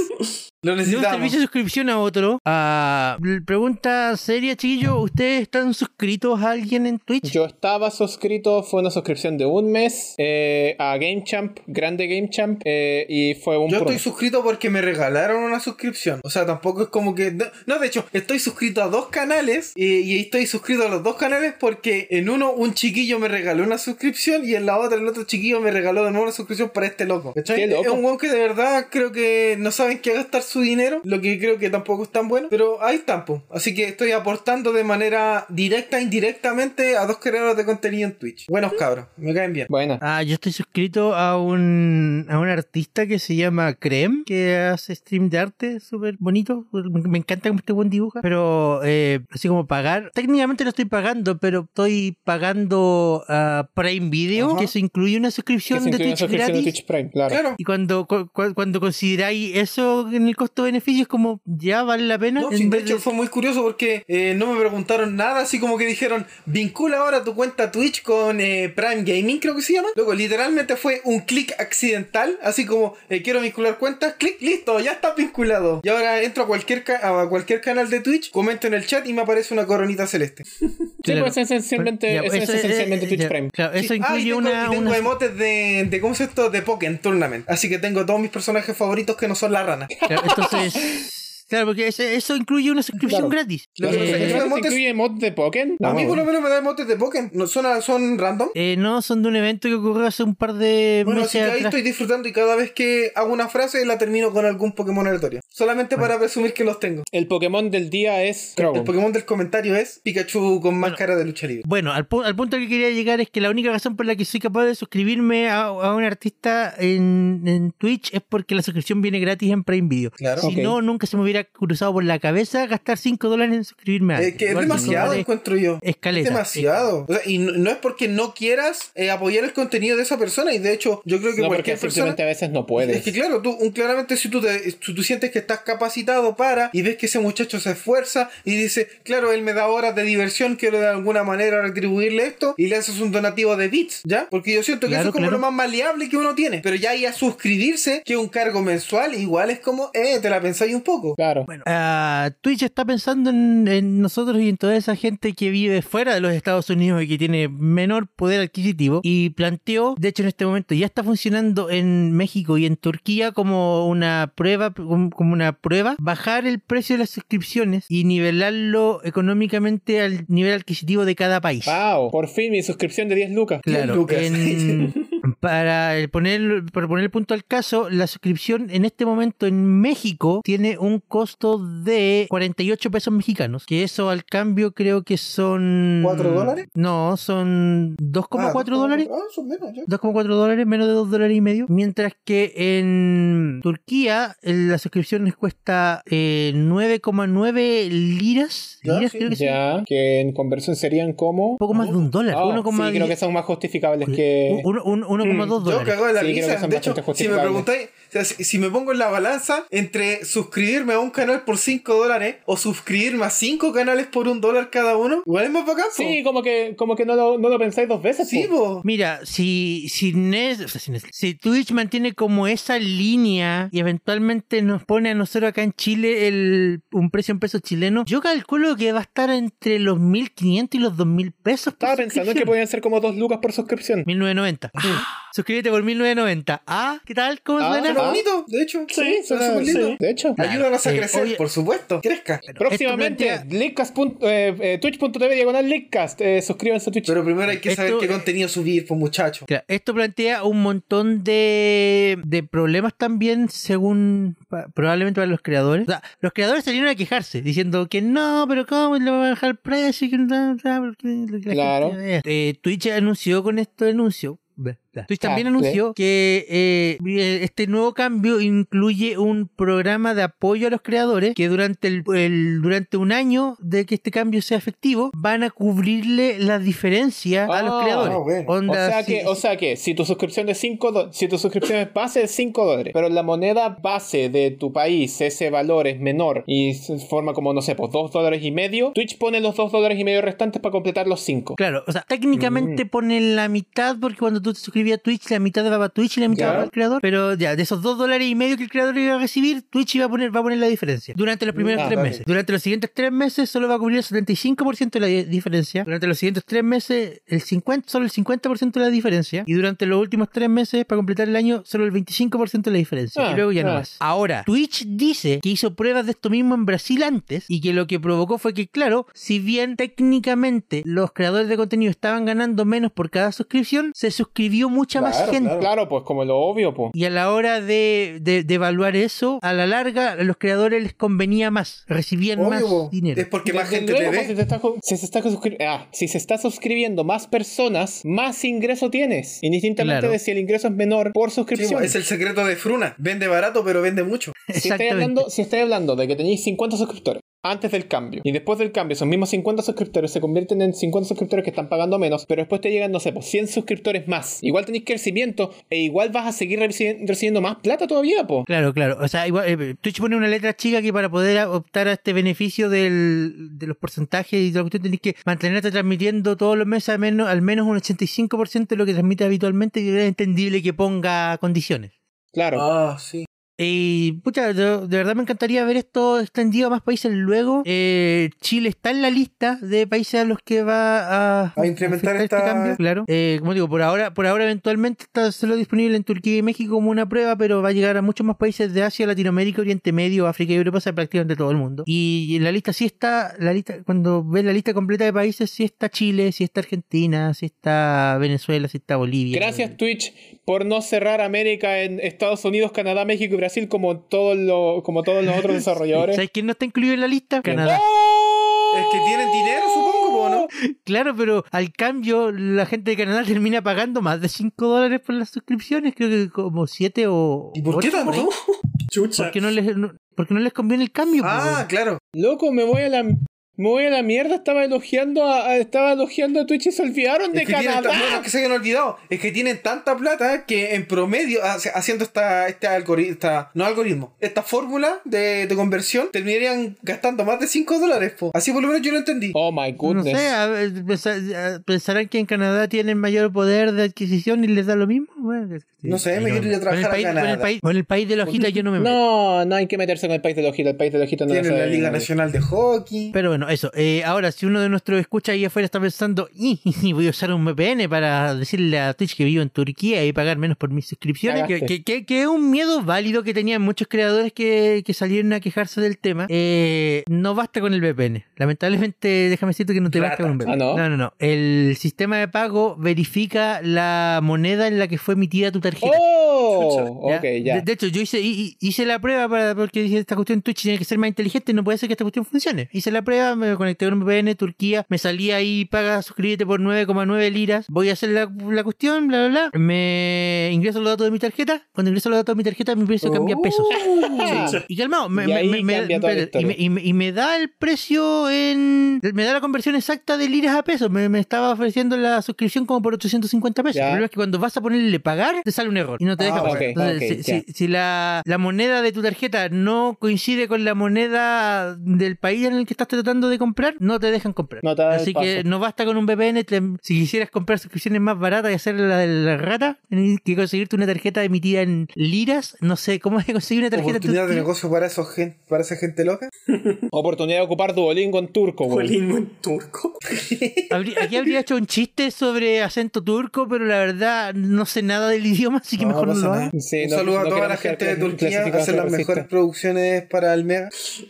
C: Lo
B: de un servicio
C: necesitamos.
B: de suscripción a otro. ah, pregunta seria, chiquillo. ¿Ustedes están suscritos a alguien en Twitch?
A: Yo estaba suscrito, fue una suscripción de un mes eh, a GameChamp, grande GameChamp, eh, y fue un
C: Yo
A: pro.
C: estoy suscrito porque me regalaron una suscripción. O sea, tampoco es como que. No, no, de hecho, estoy suscrito a dos canales. Y, y estoy suscrito a los dos canales porque en uno un chiquillo me regaló una suscripción. Y en la otra el otro chiquillo me regaló de nuevo una suscripción para este loco. ¿Cachai?
A: Qué loco.
C: Es un weón que de verdad creo que no saben qué gastar su dinero. Lo que creo que tampoco es tan bueno. Pero hay tampoco. Así que estoy aportando de manera directa e indirectamente a dos creadores de contenido en Twitch. Buenos cabros, me caen bien.
A: Buena.
B: Ah, yo estoy suscrito a un, a un artista que se llama Krem, que hace stream de arte súper bonito. Me, me encanta cómo este buen dibuja. Pero eh, así como pagar, técnicamente lo estoy pagando, pero estoy pagando a Prime Video,
C: Ajá.
B: que se incluye una
A: Que
B: suscripción
A: se
B: de
A: incluye una
B: Twitch
A: suscripción
B: gratis.
A: de Twitch Prime, claro.
C: Claro.
B: Y cuando, cu- cu- cuando consideráis eso en el costo-beneficio, es como, ya vale la pena.
C: No,
B: En
C: sí, de
B: vez de-
C: hecho fue muy curioso porque eh, no me preguntaron nada, así como que dijeron, vincula ahora tu cuenta Twitch con eh, Prime Gaming, creo que se llama. Luego, literalmente fue un clic accidental, así como, eh, quiero vincular cuentas, clic, listo, ya está vinculado. Y ahora entro a cualquier, ca- a cualquier canal de Twitch, comento en el chat y me aparece una coronita celeste.
A: Sí,
B: Claro.
A: pues es esencialmente,
B: Ya,
A: es
B: eso-
A: esencialmente
B: eh,
A: Twitch
B: ya,
A: Prime.
B: Claro, eso
C: Sí. Ah, y
B: incluye
C: tengo,
B: una,
C: y tengo
B: una-
C: emotes de, de, ¿cómo es esto? De Pokémon Tournament. Así que tengo todos mis personajes favoritos que no son la rana.
B: claro, entonces, claro, porque ese- eso incluye una suscripción
A: Claro.
B: gratis.
C: Lo que pasa es que
B: Eh,
C: yo-
A: ¿Se
C: emotes-
A: incluye mod de Pokémon?
C: a mí por lo
A: bueno.
C: menos me da emotes de Pokémon. ¿No son, son random?
B: eh, no, son de un evento que ocurrió hace un par de
C: Bueno, así
B: meses
C: que ahí
B: atrás.
C: estoy disfrutando y cada vez que hago una frase la termino con algún Pokémon aleatorio. Solamente para presumir que los tengo.
A: El Pokémon del día es
C: El
A: Crobat.
C: Pokémon del comentario es Pikachu con máscara de lucha libre.
B: Bueno, al, pu- al punto que quería llegar es que la única razón por la que soy capaz de suscribirme a, a un artista en, en Twitch es porque la suscripción viene gratis en Prime Video.
C: Claro.
B: Si
A: Ok.
B: no, nunca se me hubiera cruzado por la cabeza gastar 5 dólares en suscribirme a
C: Eh,
B: alguien.
C: que es
B: Ah, Igual cinco
C: demasiado,
B: dólares
C: encuentro yo.
B: es
C: Es
B: caleta.
C: demasiado. O sea, y no, no es porque no quieras eh, apoyar el contenido de esa persona. Y de hecho, yo creo que
A: No, porque
C: cualquier persona.
A: simplemente a veces no
C: Es que
A: puedes.
C: claro, tú, un- claramente si tú, te- si tú sientes que estás capacitado para y ves que ese muchacho se esfuerza y dice, claro, él me da horas de diversión, quiero de alguna manera retribuirle esto y le haces un donativo de bits, ¿ya? Porque yo siento que
B: Claro,
C: eso es como
B: claro.
C: lo más maleable que uno tiene. Pero ya ir a suscribirse, que un cargo mensual, igual es como, eh, te la pensáis un poco.
A: Claro.
B: Bueno, ah, Twitch está pensando en, en nosotros y en toda esa gente que vive fuera de los Estados Unidos y que tiene menor poder adquisitivo y planteó, de hecho en este momento ya está funcionando en México y en Turquía como una prueba, como como una prueba, bajar el precio de las suscripciones y nivelarlo económicamente al nivel adquisitivo de cada país.
A: Wow, por fin mi suscripción de 10 lucas.
B: Claro,
A: Eh,
C: lucas.
B: en- para, el poner, para poner el punto al caso, la suscripción en este momento en México tiene un costo de 48 pesos mexicanos, que eso al cambio creo que son...
C: ¿Cuatro dólares?
B: No, son 2,4
C: Ah,
B: dólares.
C: Ah, son menos, ya.
B: 2,4 dólares, menos de 2 dólares y medio. Mientras que en Turquía eh, la suscripción les cuesta eh, 9,9 liras.
C: Ya,
B: liras
C: sí.
B: creo que son un
A: Ya, que en conversión serían como...
B: poco más de un dólar.
A: Oh,
B: 1,10
A: sí, creo que son más justificables que...
B: un- un- un- 1,10 1,2
C: Mm, Yo
B: dólares.
C: cago de la
A: Sí, creo que
C: risa.
A: son
C: De hecho,
A: bastante
C: si me
A: justificables.
C: preguntáis, o sea, si, si me pongo en la balanza entre suscribirme a un canal por 5 dólares o suscribirme a 5 canales por un dólar cada uno, igual es más bacán. po.
A: Sí, como que, como que no, lo, no lo pensáis dos veces.
C: sí,
A: po.
C: po.
B: Mira, si, si, Nes- o sea, si, Nes- si Twitch mantiene como esa línea y eventualmente nos pone a nosotros acá en Chile el, un precio en pesos chilenos, yo calculo que va a estar entre los 1.500 y los 2.000 pesos. por
A: Estaba pensando que
B: suscripción.
A: podían ser como dos lucas por suscripción.
B: 1990. suscríbete por 1990. Ah, ¿qué tal? ¿Cómo
A: Ah,
B: suena?
C: Suena
A: ah.
C: bonito, de hecho.
D: Sí,
C: suena
A: Ah,
C: súper lindo.
A: sí. De hecho.
B: Claro,
C: Ayúdanos a
B: eh,
C: crecer,
B: oye-
C: por supuesto. Crezca.
A: Próximamente,
B: plantea-
A: leakcast punto- eh, eh, twitch.tv diagonal leakcast. Eh, suscríbanse a Twitch.
C: Pero primero hay que
B: Esto-
C: saber qué contenido subir, pues muchachos.
B: Claro, esto plantea un montón de, de problemas también, según pa- probablemente para los creadores. O sea, los creadores salieron a quejarse, diciendo que no, pero ¿cómo le va a bajar el precio? Que no, no, porque la gente
A: Claro.
B: ve". Eh, Twitch anunció con esto anuncio. ve, da. Twitch también
A: Ah,
B: anunció que eh, este nuevo cambio incluye un programa de apoyo a los creadores que durante el, el- durante un año de que este cambio sea efectivo van a cubrirle la diferencia a los
A: Ah,
B: creadores.
C: ah, bueno.
A: O
B: Onda,
A: sea,
B: sí,
A: que, o sea que si tu suscripción es 5 si tu suscripción es base es 5 dólares, pero la moneda base de tu país, ese valor es menor y se forma como, no sé, pues 2 dólares y medio, Twitch pone los 2 dólares y medio restantes para completar los 5.
B: Claro, o sea,
A: Mm.
B: técnicamente ponen la mitad porque cuando tú te suscribías a Twitch, la mitad va para Twitch y la mitad
A: Ya.
B: va para el creador. Pero ya, de esos dos dólares y medio que el creador iba a recibir, Twitch iba a poner, va a poner la diferencia. Durante los primeros
A: Ah,
B: tres
A: vale.
B: meses. Durante los siguientes tres meses solo va a cubrir el 75% de la di- diferencia. Durante los siguientes tres meses, el 50, solo el 50% de la diferencia. Y durante los últimos tres meses, para completar el año, solo el 25% de la diferencia.
A: Ah,
B: y luego ya no
A: ah.
B: más. Ahora, Twitch dice que hizo pruebas de esto mismo en Brasil antes y que lo que provocó fue que, claro, si bien técnicamente los creadores de contenido estaban ganando menos por cada suscripción, se suscribió mucha más
C: Claro,
B: gente.
C: claro.
A: Claro, pues como lo obvio, pues.
B: Y a la hora de, de- de evaluar eso, a la larga a los creadores les convenía más, recibían
C: Obvio,
B: más
C: po.
B: dinero.
C: es porque más
A: Desde
C: gente te
A: luego,
C: ve.
A: pues, si, te está ju- si se está suscri- ah, si se está suscribiendo más personas, más ingreso tienes. Indistintamente
B: Claro.
A: de si el ingreso es menor por
C: Sí, pues,
A: suscripción.
C: po, es el secreto de Fruna. Vende barato, pero vende mucho.
A: Si estáis,
B: Exactamente.
A: hablando, si estáis hablando de que tenéis 50 suscriptores antes del cambio y después del cambio, esos mismos 50 suscriptores se convierten en 50 suscriptores que están pagando menos, pero después te llegan, no sé, pues 100 suscriptores más. Igual tenéis crecimiento e igual vas a seguir reci- recibiendo más plata todavía, po.
B: Claro, claro. O sea, igual, eh, Twitch pone una letra chica que para poder a- optar a este beneficio del, de los porcentajes y de la cuestión tenés que mantenerte transmitiendo todos los meses al menos, al menos un 85% de lo que transmite habitualmente y es entendible que ponga condiciones.
A: Claro.
C: Ah, sí.
B: Y pucha, yo- de verdad me encantaría ver esto extendido a más países luego. Eh, Chile está en la lista de países a los que va a,
C: A implementar
B: afectar
C: esta-
B: claro. Eh, como digo, por ahora, por ahora eventualmente está solo disponible en Turquía y México como una prueba, pero va a llegar a muchos más países de Asia, Latinoamérica, Oriente Medio, África y Europa, o sea, prácticamente todo el mundo. Y en la lista sí está, la lista, cuando ves la lista completa de países, sí está Chile, sí está Argentina, sí está Venezuela, sí está Bolivia.
A: Gracias Twitch por no cerrar América en Estados Unidos, Canadá, México y Brasil como, todos los como todos los otros desarrolladores. ¡Oh!
B: ¿Sabes quién no está incluido en la lista? Canadá.
C: Es que tienen dinero, supongo, po, ¿no?
B: Claro, pero al cambio la gente de Canadá termina pagando más de 5 dólares por las suscripciones, creo que como 7 o...
C: ¿Y por qué
B: ocho,
C: tanto?
B: ahí.
D: Chucha.
B: Porque no les, no- porque no les conviene el cambio. pues.
C: Ah,
B: po.
C: claro.
A: Loco, me voy a la, me voy a la mierda. Estaba elogiando a, a- estaba elogiando a Twitch y se olvidaron de
C: Es que tienen tan- bueno,
A: Canadá.
C: que se hayan olvidado. Es que tienen tanta plata que en promedio, ha- haciendo esta, este algoritmo, no algoritmo, esta fórmula de, de conversión, terminarían gastando más de 5 dólares. po. Así por lo menos yo lo entendí.
A: Oh my
B: no
A: goodness.
B: sé,
C: ah,
B: a ver, pensa- a- pensarán que en Canadá tienen mayor poder de adquisición y les da lo mismo. Bueno, es que sí,
C: No sé, me
B: ahí
C: quiero ir a
B: Con el
C: trabajar a
B: país- Con el
C: Canadá.
B: país, con el país de la hojita yo no me meto.
A: No, no hay que meterse con el país de ojito. El país de ojito no lo
C: tienen la
A: sabe
C: Liga
A: nadie.
C: Nacional de Hockey.
B: Pero bueno, eso. Eh, ahora, si uno de nuestros escuchas ahí afuera está pensando, "Ih, jiji, voy a usar un VPN para decirle a Twitch que vivo en Turquía y pagar menos por mis suscripciones, que,
A: Cagaste.
B: que- que- que es un miedo válido que tenían muchos creadores que, que salieron a quejarse del tema, eh, no basta con el VPN. Lamentablemente, déjame decirte que no te basta
C: Rata.
B: con un VPN.
A: Ah, ¿no?
B: no, no, no. El sistema de pago verifica la moneda en la que fue emitida tu tarjeta.
A: ¡Oh! Oh,
B: ¿ya?
A: ok, ya.
B: De, de hecho, yo hice, hi- hi- hice la prueba para, porque dije, esta cuestión Twitch tiene que ser más inteligente, no puede ser que esta cuestión funcione. Hice la prueba, me conecté con un VPN, Turquía, me salí ahí, paga, suscríbete por 9,9 liras, voy a hacer la, la cuestión, bla, bla, bla, me ingreso los datos de mi tarjeta, cuando ingreso los datos de mi tarjeta mi precio
C: Oh,
B: cambia a pesos.
A: Ah,
B: Y calmado, me,
A: Y
B: me-
A: ahí
B: me- me-
A: cambia toda la
B: espérate, y, me,
A: historia.
B: y me- y me da el precio en. Me da la conversión exacta de liras a pesos. Me, me estaba ofreciendo la suscripción como por 850 pesos.
A: Ya.
B: El problema es que cuando vas a ponerle pagar, te sale un error y no te
C: Ah,
B: deja
C: ok,
B: pagar. Entonces,
A: ok, ya.
B: si, si- si la, la moneda de tu tarjeta no coincide con la moneda del país en el que estás tratando de comprar, no te dejan comprar.
A: No te da el
B: Así que
A: paso.
B: no basta con un VPN. te- si quisieras comprar suscripciones más baratas y hacer la de la rata, tenés que conseguirte una tarjeta emitida en liras. No sé cómo es que conseguir una tarjeta. en
C: Oportunidad de
B: Turquía?
C: negocio para, esos gen- para esa gente loca.
A: Oportunidad de ocupar Duolingo en turco,
D: Fue
A: güey.
D: lingüe en turco.
B: Habrí- aquí habría hecho un chiste sobre acento turco, pero la verdad no sé nada del idioma, así que
C: No,
B: mejor no
C: pasa
B: lo
C: nada.
B: hago.
A: Sí,
C: Un
A: no-
C: saludo
A: no
C: a toda la
A: queremos
C: gente
A: quedar
C: de Turquía.
A: clasificados
C: Hacen las
A: racistas.
C: mejores producciones para el Mega.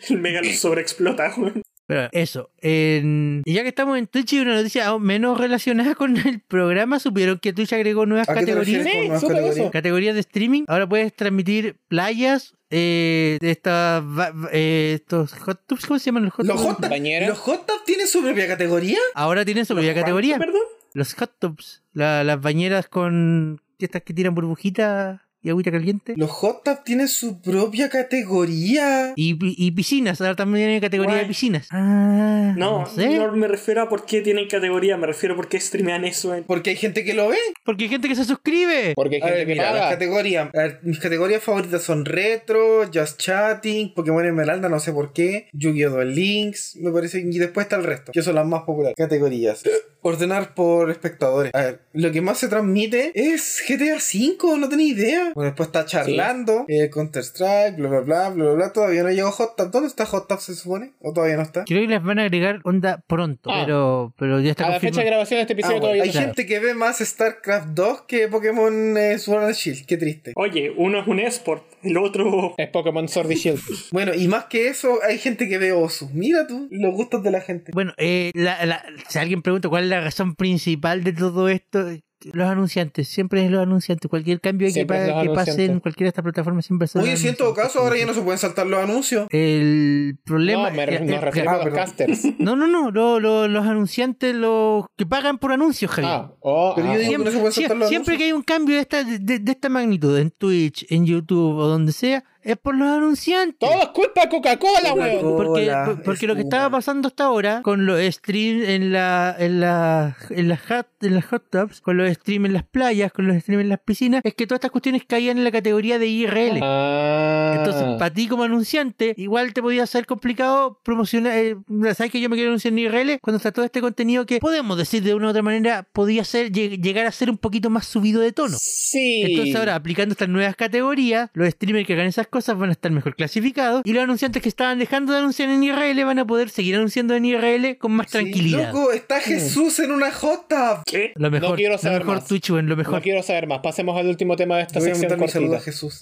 D: El mega lo sobreexplota, güey.
B: Pero eso. en- Y ya que estamos en Twitch, y una noticia aún menos relacionada con el programa, supieron que Twitch agregó nuevas
C: ¿A qué te
B: categorías.
C: refieres con
A: Sí,
C: nuevas
A: supe
C: categorías?
A: ¿eh? eso.
B: Categorías de streaming. Ahora puedes transmitir playas, eh, de estas, va- va- eh, estos hot tubs, ¿cómo se llaman los hot
C: ¿Los
B: tubs?
C: hot tubs-
A: Bañera.
C: ¿Los hot tubs tienen su propia categoría?
B: Ahora tienen su propia categoría.
D: ¿Perdón?
B: Los hot tubs, la- las bañeras con estas que tiran burbujitas y agüita caliente.
C: ¿Los hot tubs tienen su propia categoría?
B: Y, pi- y piscinas, ahora también hay categoría
D: Guay.
B: de piscinas. Ah,
D: No,
B: no sé.
D: no me refiero a por qué tienen categoría, me refiero a por qué streamean eso en...
C: Porque hay gente que lo ve.
B: Porque hay gente que se suscribe.
A: Porque hay
C: A
A: gente
C: ver,
A: que
C: mira, las
A: paga.
C: categorías. a ver, mis categorías favoritas son retro, Just Chatting, Pokémon Esmeralda, no sé por qué, Yu-Gi-Oh! Duel Links, me parece. Y después está el resto, que son las más populares. Categorías. Ordenar por espectadores. A ver, lo que más se transmite es GTA V, no tenía idea. Bueno, después está charlando, eh, Counter-Strike, bla, bla, bla, bla, bla, bla. Todavía no llegó Hot Tub. ¿Dónde está Hot Tub, se supone? ¿O todavía no está?
B: Creo que las van a agregar onda pronto,
A: Ah.
B: pero, pero ya está
A: A la fecha de
B: confirmado.
A: grabación de este
C: Ah,
A: episodio
C: bueno,
A: todavía
C: Hay
A: no.
C: gente que ve más StarCraft 2 que Pokémon eh, Sword and Shield. Qué triste.
D: Oye, uno es un esport, el otro...
A: Es Pokémon Sword y Shield.
C: Bueno, y más que eso, hay gente que ve osos. Mira tú los gustos de la gente.
B: Bueno, eh, la- la- si alguien pregunta cuál es la razón principal de todo esto, eh, los anunciantes, siempre es los anunciantes. Cualquier cambio que,
A: Siempre es los
B: pa- que pase en
A: anunciantes.
B: cualquiera de estas plataformas siempre son
C: Oye,
B: los
C: si en todo
B: anunciantes.
C: caso ahora ya no se pueden saltar los anuncios.
B: El problema.
A: No, me,
B: eh, eh,
A: nos refiero
C: ah,
A: a los
C: perdón.
A: casters.
B: no, no, no, lo- lo- los anunciantes, los que pagan por anuncios, Javier.
A: Ah, oh,
C: Pero yo
A: ah,
C: digo-
B: siempre,
C: que no se pueden
B: sie-
C: saltar los
B: siempre
C: anuncios.
B: que hay un cambio de esta, de, de esta magnitud en Twitch, en YouTube o donde sea, es por los anunciantes.
A: Todo es culpa de Coca-Cola,
C: Coca-Cola.
A: weón.
B: Porque,
C: Hola,
B: por- porque lo que
C: espuma.
B: estaba pasando hasta ahora con los streams en la en la en las hot, en las hot tubs, con los streams en las playas, con los streams en las piscinas, es que todas estas cuestiones caían en la categoría de IRL.
A: Ah.
B: Entonces, para ti como anunciante, igual te podía ser complicado promocionar. eh, ¿Sabes que yo me quiero anunciar en IRL? Cuando está todo este contenido que podemos decir de una u otra manera, podía ser lleg- llegar a ser un poquito más subido de tono.
A: Sí.
B: Entonces ahora, aplicando estas nuevas categorías, los streamers que hagan esas cosas van a estar mejor clasificados y los anunciantes que estaban dejando de anunciar en IRL van a poder seguir anunciando en IRL con más
C: Sí,
B: tranquilidad.
C: Loco, está Jesús en una J.
D: ¿Qué?
B: Lo mejor,
A: No quiero
B: lo
A: saber
B: mejor
A: más.
B: Twitch, weón, lo
A: No
B: mejor.
A: quiero saber más. Pasemos al último tema de esta
C: Te voy a
A: sección
C: mandar mi saludo a
A: cortita.
C: Jesús.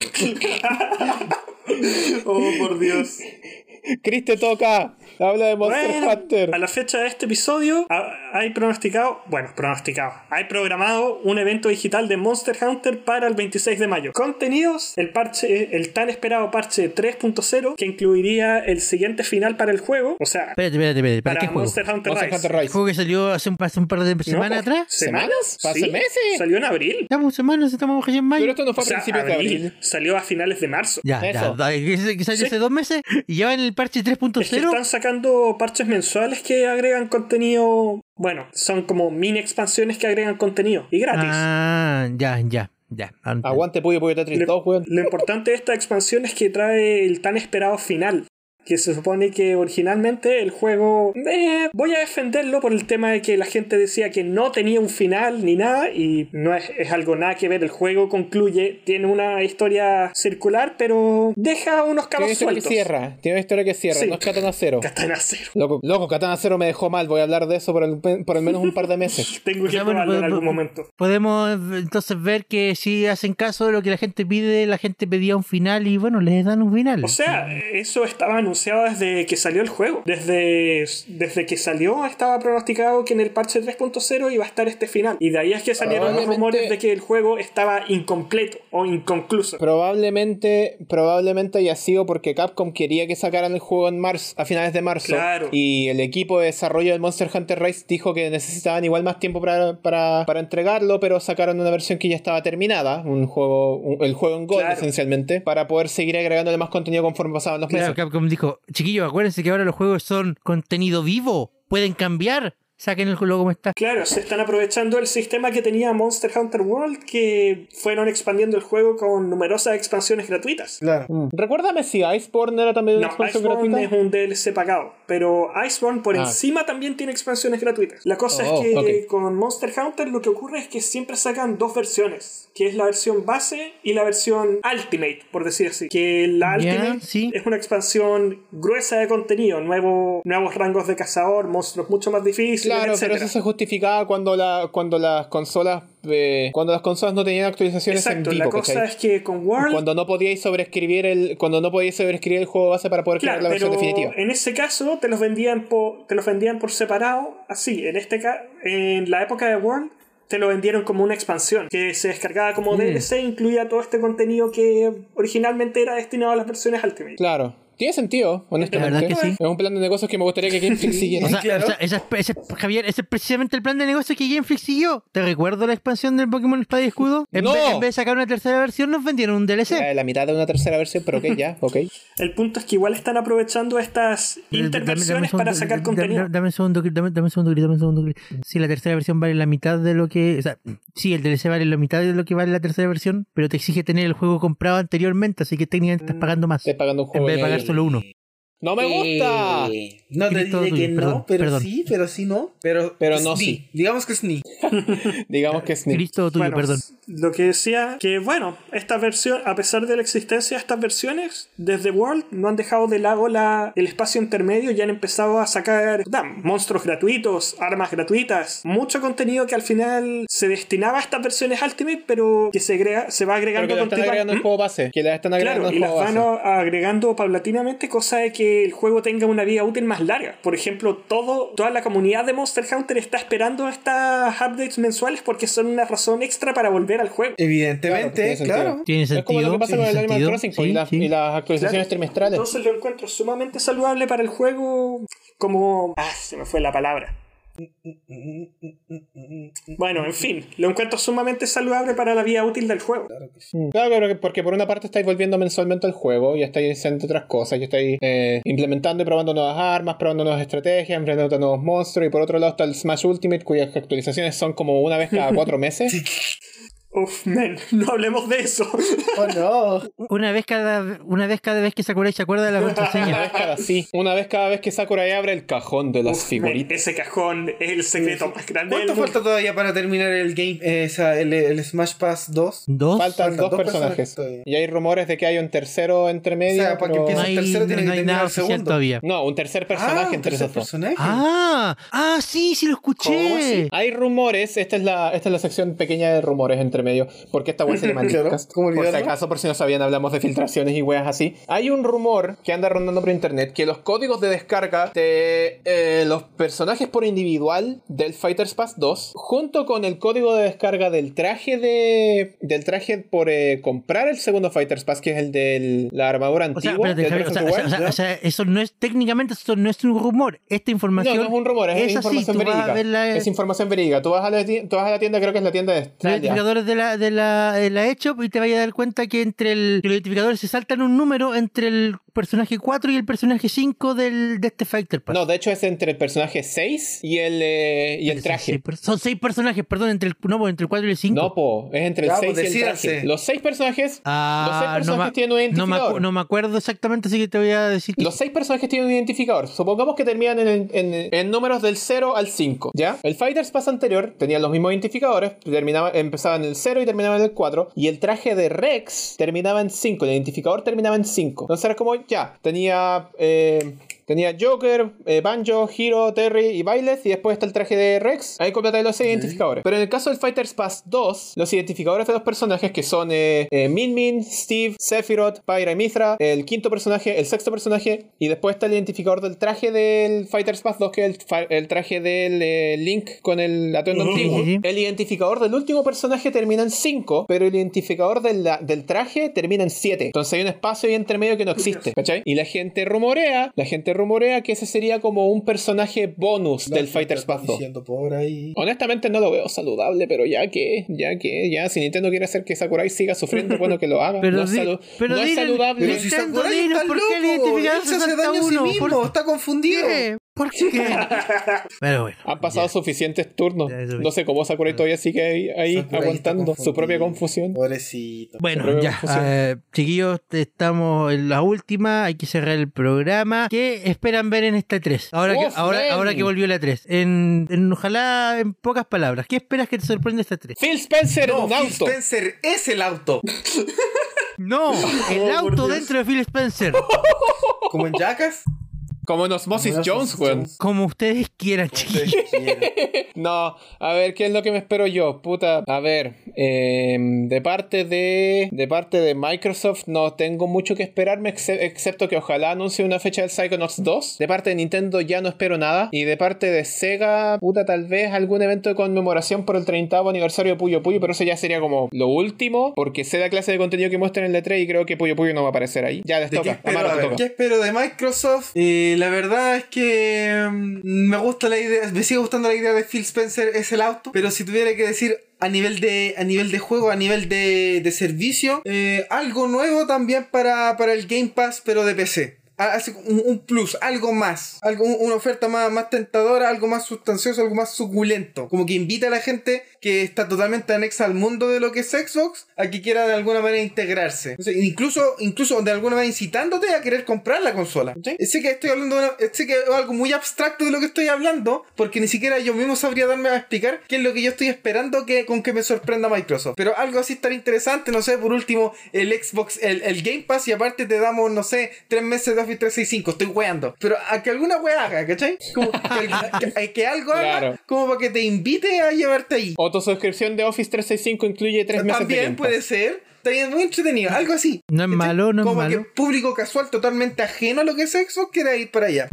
D: Oh, por Dios.
A: Chris te toca. Habla de Monster
D: Bueno,
A: Hunter.
D: a la fecha de este episodio ha- hay pronosticado, bueno, pronosticado, hay programado un evento digital de Monster Hunter para el 26 de mayo. Contenidos, el parche, el tan esperado parche 3.0 que incluiría el siguiente final para el juego, o sea,
B: Espérate, espérate, espérate. ¿Para,
D: para
B: qué juego?
D: Monster Hunter
A: Monster
D: Rise.
A: Hunter
B: ¿El
A: Rise.
B: juego que salió hace un, hace un par de
D: No,
B: semanas
D: pues,
B: atrás?
D: ¿Semanas?
A: ¿Hace
D: Sí,
A: meses?
D: Salió en abril.
B: Estamos semanas, estamos en mayo.
A: Pero esto no fue
D: O
A: a
D: sea,
A: principios de
D: abril.
A: abril.
D: Salió a finales de marzo.
B: Ya,
A: Eso.
B: ya, que se- que salió
D: Sí.
B: hace dos meses y ya va en el parche
D: Es que
B: 3.0.
D: están sacando parches mensuales que agregan contenido. Bueno, son como mini expansiones que agregan contenido y gratis.
B: Ah, ya, ya, ya. Ahora
A: Aguante, Puyo, Puyo Tetris
D: Le-
A: 2, weón.
D: Lo importante de esta expansión es que trae el tan esperado final. Que se supone que originalmente el juego. eh, voy a defenderlo por el tema de que la gente decía que no tenía un final ni nada. Y no es, es algo nada que ver. El juego concluye, tiene una historia circular, pero deja unos
A: Tiene una
D: cabos
A: historia que
D: sueltos.
A: cierra. Tiene una historia que cierra.
D: Sí.
A: No es Katana Zero.
D: Katana Zero.
A: Loco, loco, Katana Zero me dejó mal. Voy a hablar de eso por al, por al menos un par de meses.
D: Tengo que
B: sea, bueno,
D: probarlo
A: pues,
D: en
B: po-
D: algún
B: po-
D: momento.
B: Pues, Podemos eh, entonces ver que si hacen caso de lo que la gente pide, la gente pedía un final y bueno, les dan un final.
D: O sea, eso estaba en anunciado desde que salió el juego. Desde, desde que salió estaba pronosticado que en el parche 3.0 iba a estar este final. Y de ahí es que salieron
A: Probablemente-
D: los rumores de que el juego estaba incompleto o inconcluso.
A: Probablemente, probablemente haya sido porque Capcom quería que sacaran el juego en marzo, a finales de marzo.
D: Claro.
A: Y el equipo de desarrollo del Monster Hunter Rise dijo que necesitaban igual más tiempo para, para, para entregarlo, pero sacaron una versión que ya estaba terminada, un juego, un- el juego en Gold
D: Claro.
A: esencialmente, para poder seguir agregándole más contenido conforme pasaban los meses.
B: Claro, Capcom dijo, chiquillos, acuérdense que ahora los juegos son contenido vivo, pueden cambiar, saquen el juego como está.
D: Claro, se están aprovechando el sistema que tenía Monster Hunter World, que fueron expandiendo el juego con numerosas expansiones gratuitas.
C: Claro.
A: Mm. Recuérdame si Iceborne era también una
D: No,
A: expansión
D: Iceborne
A: gratuita.
D: es un DLC pagado, pero Iceborne por
A: Ah.
D: encima también tiene expansiones gratuitas. La cosa
A: Oh,
D: es que
A: ok.
D: con Monster Hunter lo que ocurre es que siempre sacan dos versiones, que es la versión base y la versión Ultimate, por decir así. Que la
B: Ya,
D: Ultimate
B: sí.
D: es una expansión gruesa de contenido, nuevo, nuevos rangos de cazador, monstruos mucho más difíciles,
A: Claro, pero
D: etcétera.
A: eso se justificaba cuando, la, cuando las consolas eh, cuando las consolas no tenían actualizaciones
D: Exacto,
A: en vivo,
D: la cosa
A: ¿cachai?
D: es que con World
A: cuando no podíais sobreescribir el cuando no podíais sobreescribir el juego base para poder crear
D: Claro,
A: la versión
D: pero eh,
A: definitiva
D: en ese caso te los vendían por, te los vendían por separado, así, en este ca- en la época de World te lo vendieron como una expansión que se descargaba
A: Mm.
D: como DLC e incluía todo este contenido que originalmente era destinado a las versiones Ultimate.
A: claro tiene sentido honestamente
B: La verdad que sí.
A: es un plan de negocios que me gustaría que GameFly siguiera
B: O sea,
C: Claro.
B: o sea, esa es- ese es- Javier, ese es precisamente el plan de negocio que Genflix siguió. ¿Te recuerdo la expansión del Pokémon Espada y Escudo? En,
A: ¡No!
B: vez, en vez de sacar una tercera versión, nos vendieron un DLC.
A: Eh, la mitad de una tercera versión pero ok ya ok
D: El punto es que igual están aprovechando estas interversiones para sacar contenido.
B: Dame, dame un segundo, Chris, dame, dame un segundo, Chris, dame un segundo. Chris. Si la tercera versión vale la mitad de lo que. O sea, sí, el DLC vale la mitad de lo que vale la tercera versión, pero te exige tener el juego comprado anteriormente, así que técnicamente estás pagando más.
A: Estás pagando un
B: En
A: juego
B: vez de pagar
A: añadido.
B: solo uno.
A: no me gusta
C: Eh, No te
B: Eres todo
C: diré que
B: tuyo, perdón,
C: no, pero
B: perdón.
C: sí, pero sí no. Pero,
A: Pero no
C: sí.
A: sí.
C: Digamos que es ni.
A: digamos que es ni-
B: Cristo tuyo,
D: Bueno,
B: perdón.
D: Lo que decía que, bueno, esta versión, a pesar de la existencia de estas versiones, desde World no han dejado de lado la, el espacio intermedio y han empezado a sacar damn, monstruos gratuitos, armas gratuitas, mucho contenido que al final se destinaba a estas versiones Ultimate, pero que se, agrega- se va
A: pero
D: agregando
A: que lo están
D: continua-
A: agregando al
D: ¿Mm?
A: juego base que la están agregando
D: Claro,
A: al
D: y las
A: juego
D: van
A: base
D: a- agregando paulatinamente, cosa de que el juego tenga una vida útil más larga. Por ejemplo, todo, toda la comunidad de Monster Hunter está esperando estas updates mensuales porque son una razón extra para volver al juego.
C: Evidentemente,
A: tiene
C: claro.
A: sentido.
B: Tiene
A: es como lo
B: sentido,
A: que pasa
B: tiene
A: con el Animal
B: sentido.
A: Crossing pues,
B: Sí,
A: y, las,
B: sí.
A: y las actualizaciones
D: Claro.
A: trimestrales
D: Entonces lo encuentro sumamente saludable para el juego, como... Ah, se me fue la palabra. Bueno, en fin, lo encuentro sumamente saludable para la vida útil del juego.
A: Claro, claro, que- porque por una parte estáis volviendo mensualmente al juego y estáis haciendo otras cosas y estáis eh, implementando y probando nuevas armas, probando nuevas estrategias, enfrentando a nuevos monstruos y por otro lado está el Smash Ultimate cuyas actualizaciones son como una vez cada cuatro meses.
D: Uf, men, no hablemos de eso.
C: Oh, no.
B: Una vez cada, una vez cada vez que Sakurai se acuerda de la
A: Una
B: contraseña.
A: vez cada sí, una vez cada vez que Sakurai abre el cajón de las
D: Uf, men,
A: figuritas.
D: ese cajón es el secreto más grande del
C: ¿Cuánto
D: mundo.
C: falta todavía para terminar el game, eh, esa- el, el Smash Pass 2?
B: Dos.
A: Faltan
C: Faltan
A: dos
C: dos
A: personajes
C: personajes todavía.
A: y hay rumores de que hay un tercero entre medio.
C: O sea, para que
A: pero-
B: no
C: empiece-
B: hay,
C: el tercero
B: no-
C: tiene que
B: no hay
C: terminar
B: nada
C: el
B: oficial
C: segundo.
B: todavía.
A: No, un tercer personaje
C: Ah, un
A: entre
C: tercer
A: esos dos.
C: personaje.
B: Ah, ah, sí, sí lo
D: ¿Cómo
B: escuché.
D: así?
A: Hay rumores, esta es la, esta es la sección pequeña de rumores entre medio, porque esta web se llama
C: Claro,
A: Leakcast.
C: ¿cómo
A: Por si
C: olvidarlo?
A: acaso, por si no sabían, hablamos de filtraciones y weas así. Hay un rumor que anda rondando por internet que los códigos de descarga de eh, los personajes por individual del Fighters Pass 2, junto con el código de descarga del traje de del traje por eh, comprar el segundo Fighters Pass, que es el de la armadura
B: O sea,
A: antigua,
B: espérate,
A: del
B: Javier, o
A: Breath
B: sea,
A: of the
B: o sea, o
A: Wild,
B: sea, o sea, eso no es técnicamente, eso no es un rumor. Esta información.
A: No, no es un rumor, es,
B: así,
A: información
B: tú vas a
A: verídica.
B: verla- eh.
A: Es información verídica. Tú vas, a la tienda, tú vas a la tienda, creo que es la tienda de
B: los
A: Estadia.
B: identificadores de la, de la, de la eShop y te vayas a dar cuenta que entre el, que los identificadores se saltan un número entre el personaje 4 y el personaje 5 del, de este Fighter Pass.
A: No, de hecho es entre el personaje 6 y el, eh, y el
B: Son seis
A: traje.
B: per- Son seis personajes, perdón, entre el, no, pues, entre el 4 y el 5.
A: No, po, es entre el
C: Ya,
A: 6
C: pues,
A: y el traje.
C: decídanse.
A: Los 6 personajes, los seis
B: Ah, no,
A: personajes
B: me-
A: tienen un
B: no me acu-
A: identificador.
B: no me acuerdo exactamente, así que te voy a decir que
A: Los 6 personajes tienen un identificador. Supongamos que terminan en, en- en números del 0 al 5, ¿ya? El Fighters Pass anterior tenía los mismos identificadores, terminaba, empezaba en el 0 y terminaba en el 4, y el traje de Rex terminaba en 5, el identificador terminaba en 5. Entonces era como, ya, tenía... eh, Tenía Joker, eh, Banjo, Hero, Terry y Byleth. Y después está el traje de Rex. Ahí completáis los seis identificadores. Pero en el caso del Fighters Pass 2, los identificadores de los personajes que son eh, eh, Min Min, Steve, Sephiroth, Pyra y Mithra. El quinto personaje, el sexto personaje. Y después está el identificador del traje del Fighters Pass 2, que es el, fa- el traje del eh, Link con el atuendo
D: Ujú.
A: antiguo.
B: Sí, sí.
A: El identificador del último personaje termina en 5, pero el identificador del, del traje termina en 7. Entonces hay un espacio ahí entre medio que no existe, ¿cachai? Y la gente rumorea, la gente rumorea que ese sería como un personaje bonus del Fighters Pass 2.
C: Diciendo por ahí.
A: Honestamente no lo veo saludable, pero ya que, ya que, ya si Nintendo quiere hacer que Sakurai siga sufriendo, bueno que lo haga.
B: Pero
A: no es,
B: di-
A: salu-
B: pero
A: no es
B: digan-
A: saludable.
C: Pero si
B: Nintendo,
C: Sakurai
B: dinos
C: está
B: por qué el
C: loco,
B: identificador
C: él se hace
B: 61,
C: daño a sí mismo,
B: por-
C: está confundido.
B: ¿Qué? ¿Por qué? Pero bueno.
A: Han pasado
B: ya.
A: suficientes turnos.
B: Ya, eso
A: No sé cómo Sakurai todavía sigue ahí, ahí
C: Ah. Sakurai está
A: aguantando su propia
C: confundido.
A: confusión.
C: Pobrecito.
A: Pero
B: Bueno, ya,
A: funciona.
B: eh, chiquillos, te- estamos en la última, hay que cerrar el programa. ¿Qué esperan ver en esta 3? Ahora, que,
A: Uf,
B: ahora,
A: men.
B: ahora que volvió la 3, en, en- ojalá en pocas palabras, ¿qué esperas que te sorprenda esta 3?
A: Phil Spencer en
C: No,
A: un
C: Phil
A: auto.
C: Spencer es el auto.
B: No,
D: Oh,
B: el
C: por
B: auto
C: Dios.
B: dentro de Phil Spencer,
C: Como en Jackass.
A: Como en Osmosis
C: Como en
A: Jones,
C: Osmosis
A: weón.
C: Jones.
B: como ustedes quieran, chiquillos.
C: Ustedes quieran.
A: No, a ver, ¿qué es lo que me espero yo? Puta, a ver, em, de parte de de parte de Microsoft no tengo mucho que esperarme, exce- excepto que ojalá anuncie una fecha del Psychonauts 2. De parte de Nintendo ya no espero nada. Y de parte de Sega, puta, tal vez algún evento de conmemoración por el 30 aniversario de Puyo Puyo, pero eso ya sería como lo último, porque sé la clase de contenido que muestran en el E3 y creo que Puyo Puyo no va a aparecer ahí. Ya les
C: ¿De qué
A: toca,
C: espero?
A: Amaro,
C: A
A: te
C: ver,
A: toca.
C: ¿Qué espero de Microsoft? Eh, la verdad es que mm, me gusta la idea, me sigue gustando la idea de Phil Spencer es el auto, pero si tuviera que decir a nivel de a nivel de juego, a nivel de, de servicio, eh, algo nuevo también para, para el Game Pass, pero de PC. A- Ah, así como un, un plus, algo más, algo, un- una oferta más, más tentadora, algo más sustancioso, algo más suculento. Como que invita a la gente que está totalmente anexa al mundo de lo que es Xbox a que quiera de alguna manera integrarse. O sea, incluso, incluso de alguna manera incitándote a querer comprar la consola. ¿cachai? Sé que estoy hablando de una- sé que es algo muy abstracto de lo que estoy hablando, porque ni siquiera yo mismo sabría darme a explicar qué es lo que yo estoy esperando que, con que me sorprenda Microsoft. Pero algo así estar interesante, no sé, por último, el Xbox, el, el Game Pass, y aparte te damos, no sé, tres meses de Office 365, estoy weando. Pero a que alguna wea haga, ¿cachai? Como que, que- que algo haga,
A: Claro.
C: como para que te invite a llevarte ahí.
A: O tu suscripción de Office 365 incluye tres meses de
C: También
A: Game Pass.
C: puede ser. Estaría muy entretenido, algo así.
B: No es
C: ¿Cachai?
D: Este,
B: malo, no es
C: Como
B: malo.
C: que público casual totalmente ajeno a lo que es Xbox quiera ir para allá.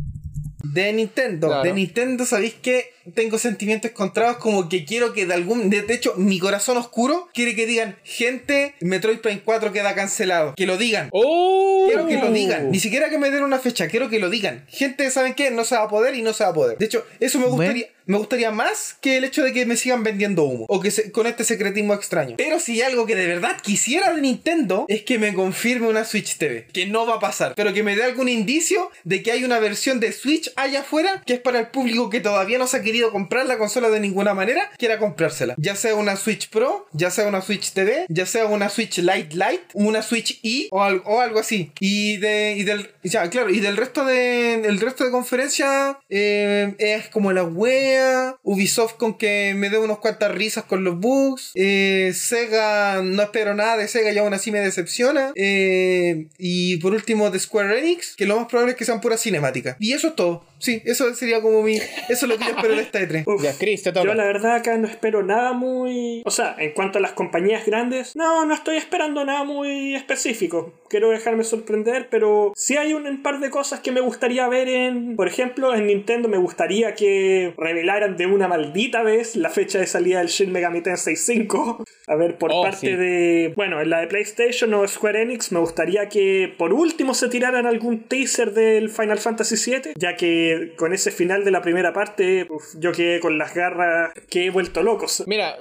C: De Nintendo,
A: Claro.
C: de Nintendo, ¿sabéis que Tengo sentimientos encontrados como que quiero que de algún... De de hecho, mi corazón oscuro quiere que digan, gente, Metroid Prime 4 queda cancelado. Que lo digan.
A: ¡Oh!
C: Quiero que lo digan. Ni siquiera que me den una fecha, quiero que lo digan. Gente, ¿saben qué? No se va a poder y no se va a poder. De hecho, eso me
B: Bueno.
C: gustaría, me gustaría más que el hecho de que me sigan vendiendo humo. O que se- con este secretismo extraño. Pero si hay algo que de verdad quisiera de Nintendo es que me confirme una Switch TV. Que no va a pasar. Pero que me dé algún indicio de que hay una versión de Switch allá afuera que es para el público que todavía no se ha querido comprar la consola de ninguna manera, quiera comprársela. Ya sea una Switch Pro, ya sea una Switch TV, ya sea una Switch Lite Lite, una Switch E o, al- o algo así. Y de y del ya, claro, y del resto de el resto de conferencia eh, es como la wea, Ubisoft con que me dé unos cuantas risas con los bugs, eh, Sega no espero nada de Sega y aún así me decepciona, eh, y por último de Square Enix, que lo más probable es que sean puras cinemáticas. Y eso es todo. Sí, eso sería como mi eso es lo que yo espero de esta E E3.
D: Uf.
A: Ya, Chris, te
D: Yo
A: toca.
D: la verdad acá no espero nada muy... O sea, en cuanto a las compañías grandes, no, no estoy esperando nada muy específico. Quiero dejarme sorprender, pero sí hay un, un par de cosas que me gustaría ver en... Por ejemplo, en Nintendo me gustaría que revelaran de una maldita vez la fecha de salida del Shin Megami Tensei 5. A ver, por
A: Oh,
D: parte
A: sí.
D: de... Eh, Bueno, en la de PlayStation o Square Enix me gustaría que por último se tiraran algún teaser del Final Fantasy VII, ya que con ese final de la primera parte uf, yo quedé con las garras que he vuelto locos.
A: Mira,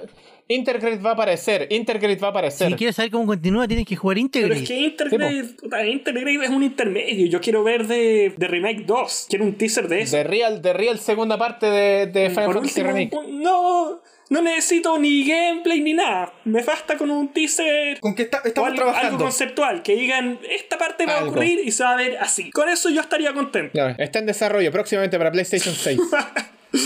A: Intergrade va a aparecer, Intergrade va a aparecer.
B: Si quieres saber cómo continúa, tienes que jugar
D: Pero
B: íntegro.
D: es que Intergrade, puta, Intergrade es un intermedio. Yo quiero ver de, de Remake 2. Quiero un teaser de eso.
A: The Real, The Real segunda parte de, de Final
D: Por
A: Fantasy
D: último,
A: Remake.
D: un- no, no necesito ni gameplay ni nada. Me basta con un teaser
C: Con que está-
D: o
C: estamos
D: algo, algo
C: trabajando.
D: conceptual. Que digan, esta parte va
A: Algo.
D: a ocurrir y se va a ver así. Con eso yo estaría contento.
A: Ya, Está en desarrollo próximamente para PlayStation 6.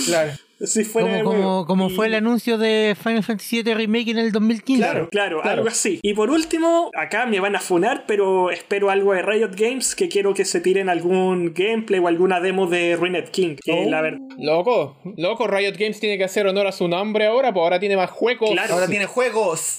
C: Claro.
D: Si fuera
B: Como,
D: de
B: como,
D: huevo.
B: como
D: Y-
B: fue el anuncio de Final Fantasy VII Remake en el 2015.
D: Claro, claro,
A: Claro.
D: algo así. Y por último, acá me van a funar, pero espero algo de Riot Games que quiero que se tiren algún gameplay o alguna demo de Ruined King. Que
C: Oh.
D: la verdad.
A: Loco, loco, Riot Games tiene que hacer honor a su nombre ahora, pues ahora tiene más juegos.
D: Claro.
C: Ahora tiene juegos.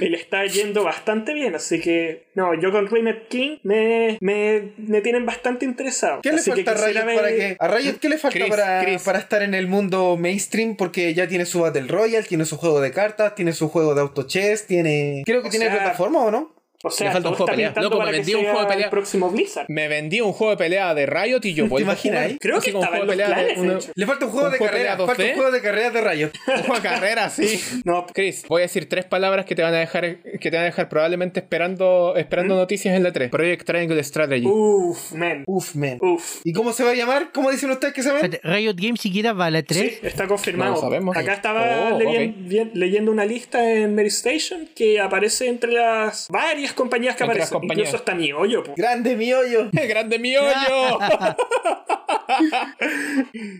D: Y le está yendo bastante bien, así que no, yo con Ruined King me, me, me tienen bastante interesado.
C: ¿Qué le
D: Así que
C: falta a Riot
D: quisiera ver-
C: para que... A Riot, ¿qué le falta
A: Chris,
C: para,
A: Chris.
C: para estar en el mundo mainstream? Porque ya tiene su Battle Royale, tiene su juego de cartas, tiene su juego de auto chess, tiene... Creo que
D: O
C: tiene
D: sea-
C: plataforma, ¿o no?
D: O sea,
A: Le falta un juego
D: todo
A: de
D: está
A: pelea.
D: pintando
A: Loco, me
D: para que
A: vendí un
D: sea
A: juego de pelea.
D: el próximo Blizzard.
A: Me vendí un juego de pelea de Riot y yo
C: ¿Te
A: vuelvo. a
C: imaginas,
A: jugar.
C: eh?
D: Creo que
A: como un
D: estaba en
A: juego de
D: los
A: pelea de
D: planes, de
A: una-
D: hecho.
C: Le falta un juego
A: ¿Un
C: de
A: juego de
C: carreras,
A: pelea
C: falta
D: eh?
A: 2D?
C: un juego de carreras de Riot.
A: Un juego de carrera, sí.
D: No,
A: Chris, voy a decir tres palabras que te van a dejar, que te van a dejar probablemente esperando,
D: ¿Mm?
A: esperando noticias en la 3. Project Triangle Strategy.
D: uff, man,
C: Uf, man.
D: uff.
C: ¿Y cómo se va a llamar? ¿Cómo dicen ustedes que se ven?
B: Espérate, Riot Games siquiera va a la 3.
D: Sí, está confirmado.
A: No lo sabemos.
D: Acá estaba
A: Oh,
D: leyen-
A: ok.
D: bien- leyendo una lista en Mary Station que aparece entre las varias compañías que
A: Entre las
D: aparecen.
A: compañías.
D: Incluso hasta mi hoyo. po.
C: Grande mi hoyo.
A: ¡Qué ¡Grande mi hoyo!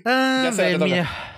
B: A
A: Ya se
B: ver,
A: la
B: mira. Ah,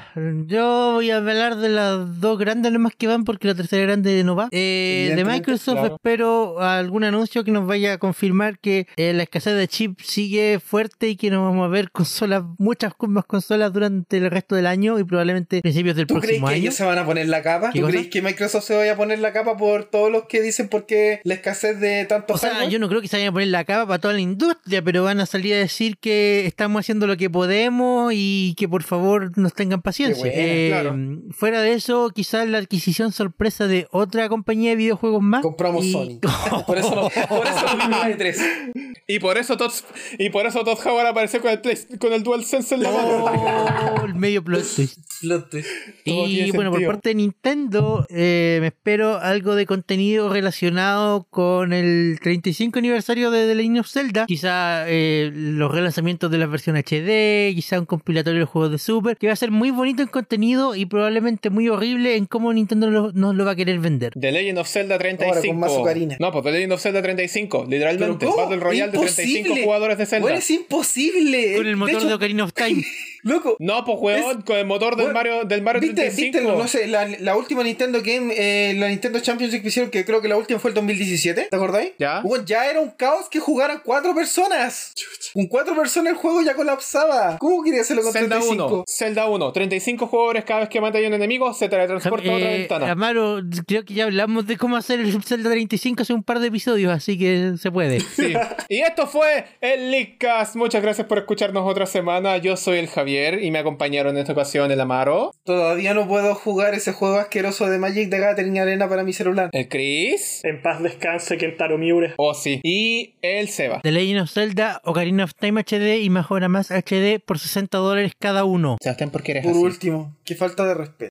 B: Yo voy a hablar de las dos grandes nomás que van porque la tercera grande no va. Eh, de
C: Evidentemente,
B: Microsoft
A: claro.
B: espero algún anuncio que nos vaya a confirmar que eh, la escasez de chips sigue fuerte y que nos vamos a ver consolas, muchas más consolas durante el resto del año y probablemente principios del
C: ¿Tú crees
B: próximo
C: que
B: año.
C: ellos se van a poner la capa?
B: ¿Qué
C: ¿Tú
B: cosa?
C: crees que Microsoft se vaya a poner la capa por todos los que dicen porque la escasez de tantos
B: O sea,
C: hardware?
B: yo no creo que se vayan a poner la capa para toda la industria, pero van a salir a decir que estamos haciendo lo que podemos y que por favor nos tengan paciencia.
C: buena,
B: Eh,
C: claro.
B: Fuera de eso, quizás la adquisición sorpresa de otra compañía de videojuegos más.
C: Compramos
B: Y-
C: Sony. por eso no, por eso no vimos la E3.
A: y por eso Todd, y por eso Todd Howard apareció con el, Play- con el DualSense en la mano.
B: Oh, el medio plot twist.
C: Plot twist.
A: Todo
B: Y
A: tiene
B: bueno, por
A: sentido.
B: parte de Nintendo, eh, me espero algo de contenido relacionado con el 35 aniversario de The Legend of Zelda. Quizá eh, los relanzamientos de la versión HD, quizá un compilatorio de los juegos de Super, que va a ser muy bonito en contenido y probablemente muy horrible en cómo Nintendo lo- nos lo va a querer vender.
A: The Legend of Zelda 35.
C: Ahora con más ocarina.
A: no, pues The Legend of Zelda 35.
C: Pero
A: Literalmente.
C: ¿cómo?
A: Battle Royale de 35
C: Imposible.
A: jugadores de Zelda.
C: Bueno, es
A: Eh,
C: imposible.
B: Con el motor de,
C: hecho,
B: Ocarina of Time.
C: Loco,
A: No, pues weón, con el motor del
C: Bueno,
A: Mario, del Mario
C: ¿Viste,
A: 35.
C: viste, no sé, la, la última Nintendo Game, eh, la Nintendo Championship que hicieron, que creo que la última fue el 2017, ¿te acordáis?
A: Ya.
C: Bueno, ya era un caos que jugaran cuatro personas. Con cuatro personas el juego ya colapsaba. ¿Cómo quería hacerlo con
A: Zelda
C: 35?
A: 1, Zelda 1, 35 jugadores cada vez que mata a un enemigo se teletransporta a otra
B: Eh,
A: ventana.
B: Amaro, creo que ya hablamos de cómo hacer el Zelda 35 hace un par de episodios, así que se puede.
A: Sí. Y esto fue el Leakcast. Muchas gracias por escucharnos otra semana. Yo soy el Javier y me acompañaron en esta ocasión el Amaro,
C: Todavía no puedo jugar ese juego asqueroso de Magic de Gathering Arena para mi celular.
A: el Chris,
D: En paz descanse Kentaro Miura.
A: o Oh, sí, y el Seba.
B: The Legend of Zelda, Ocarina of Time HD y Majora más HD por 60 dólares cada uno.
A: Sebastián, ¿por qué eres
C: Por
A: así?
C: último, qué falta de respeto.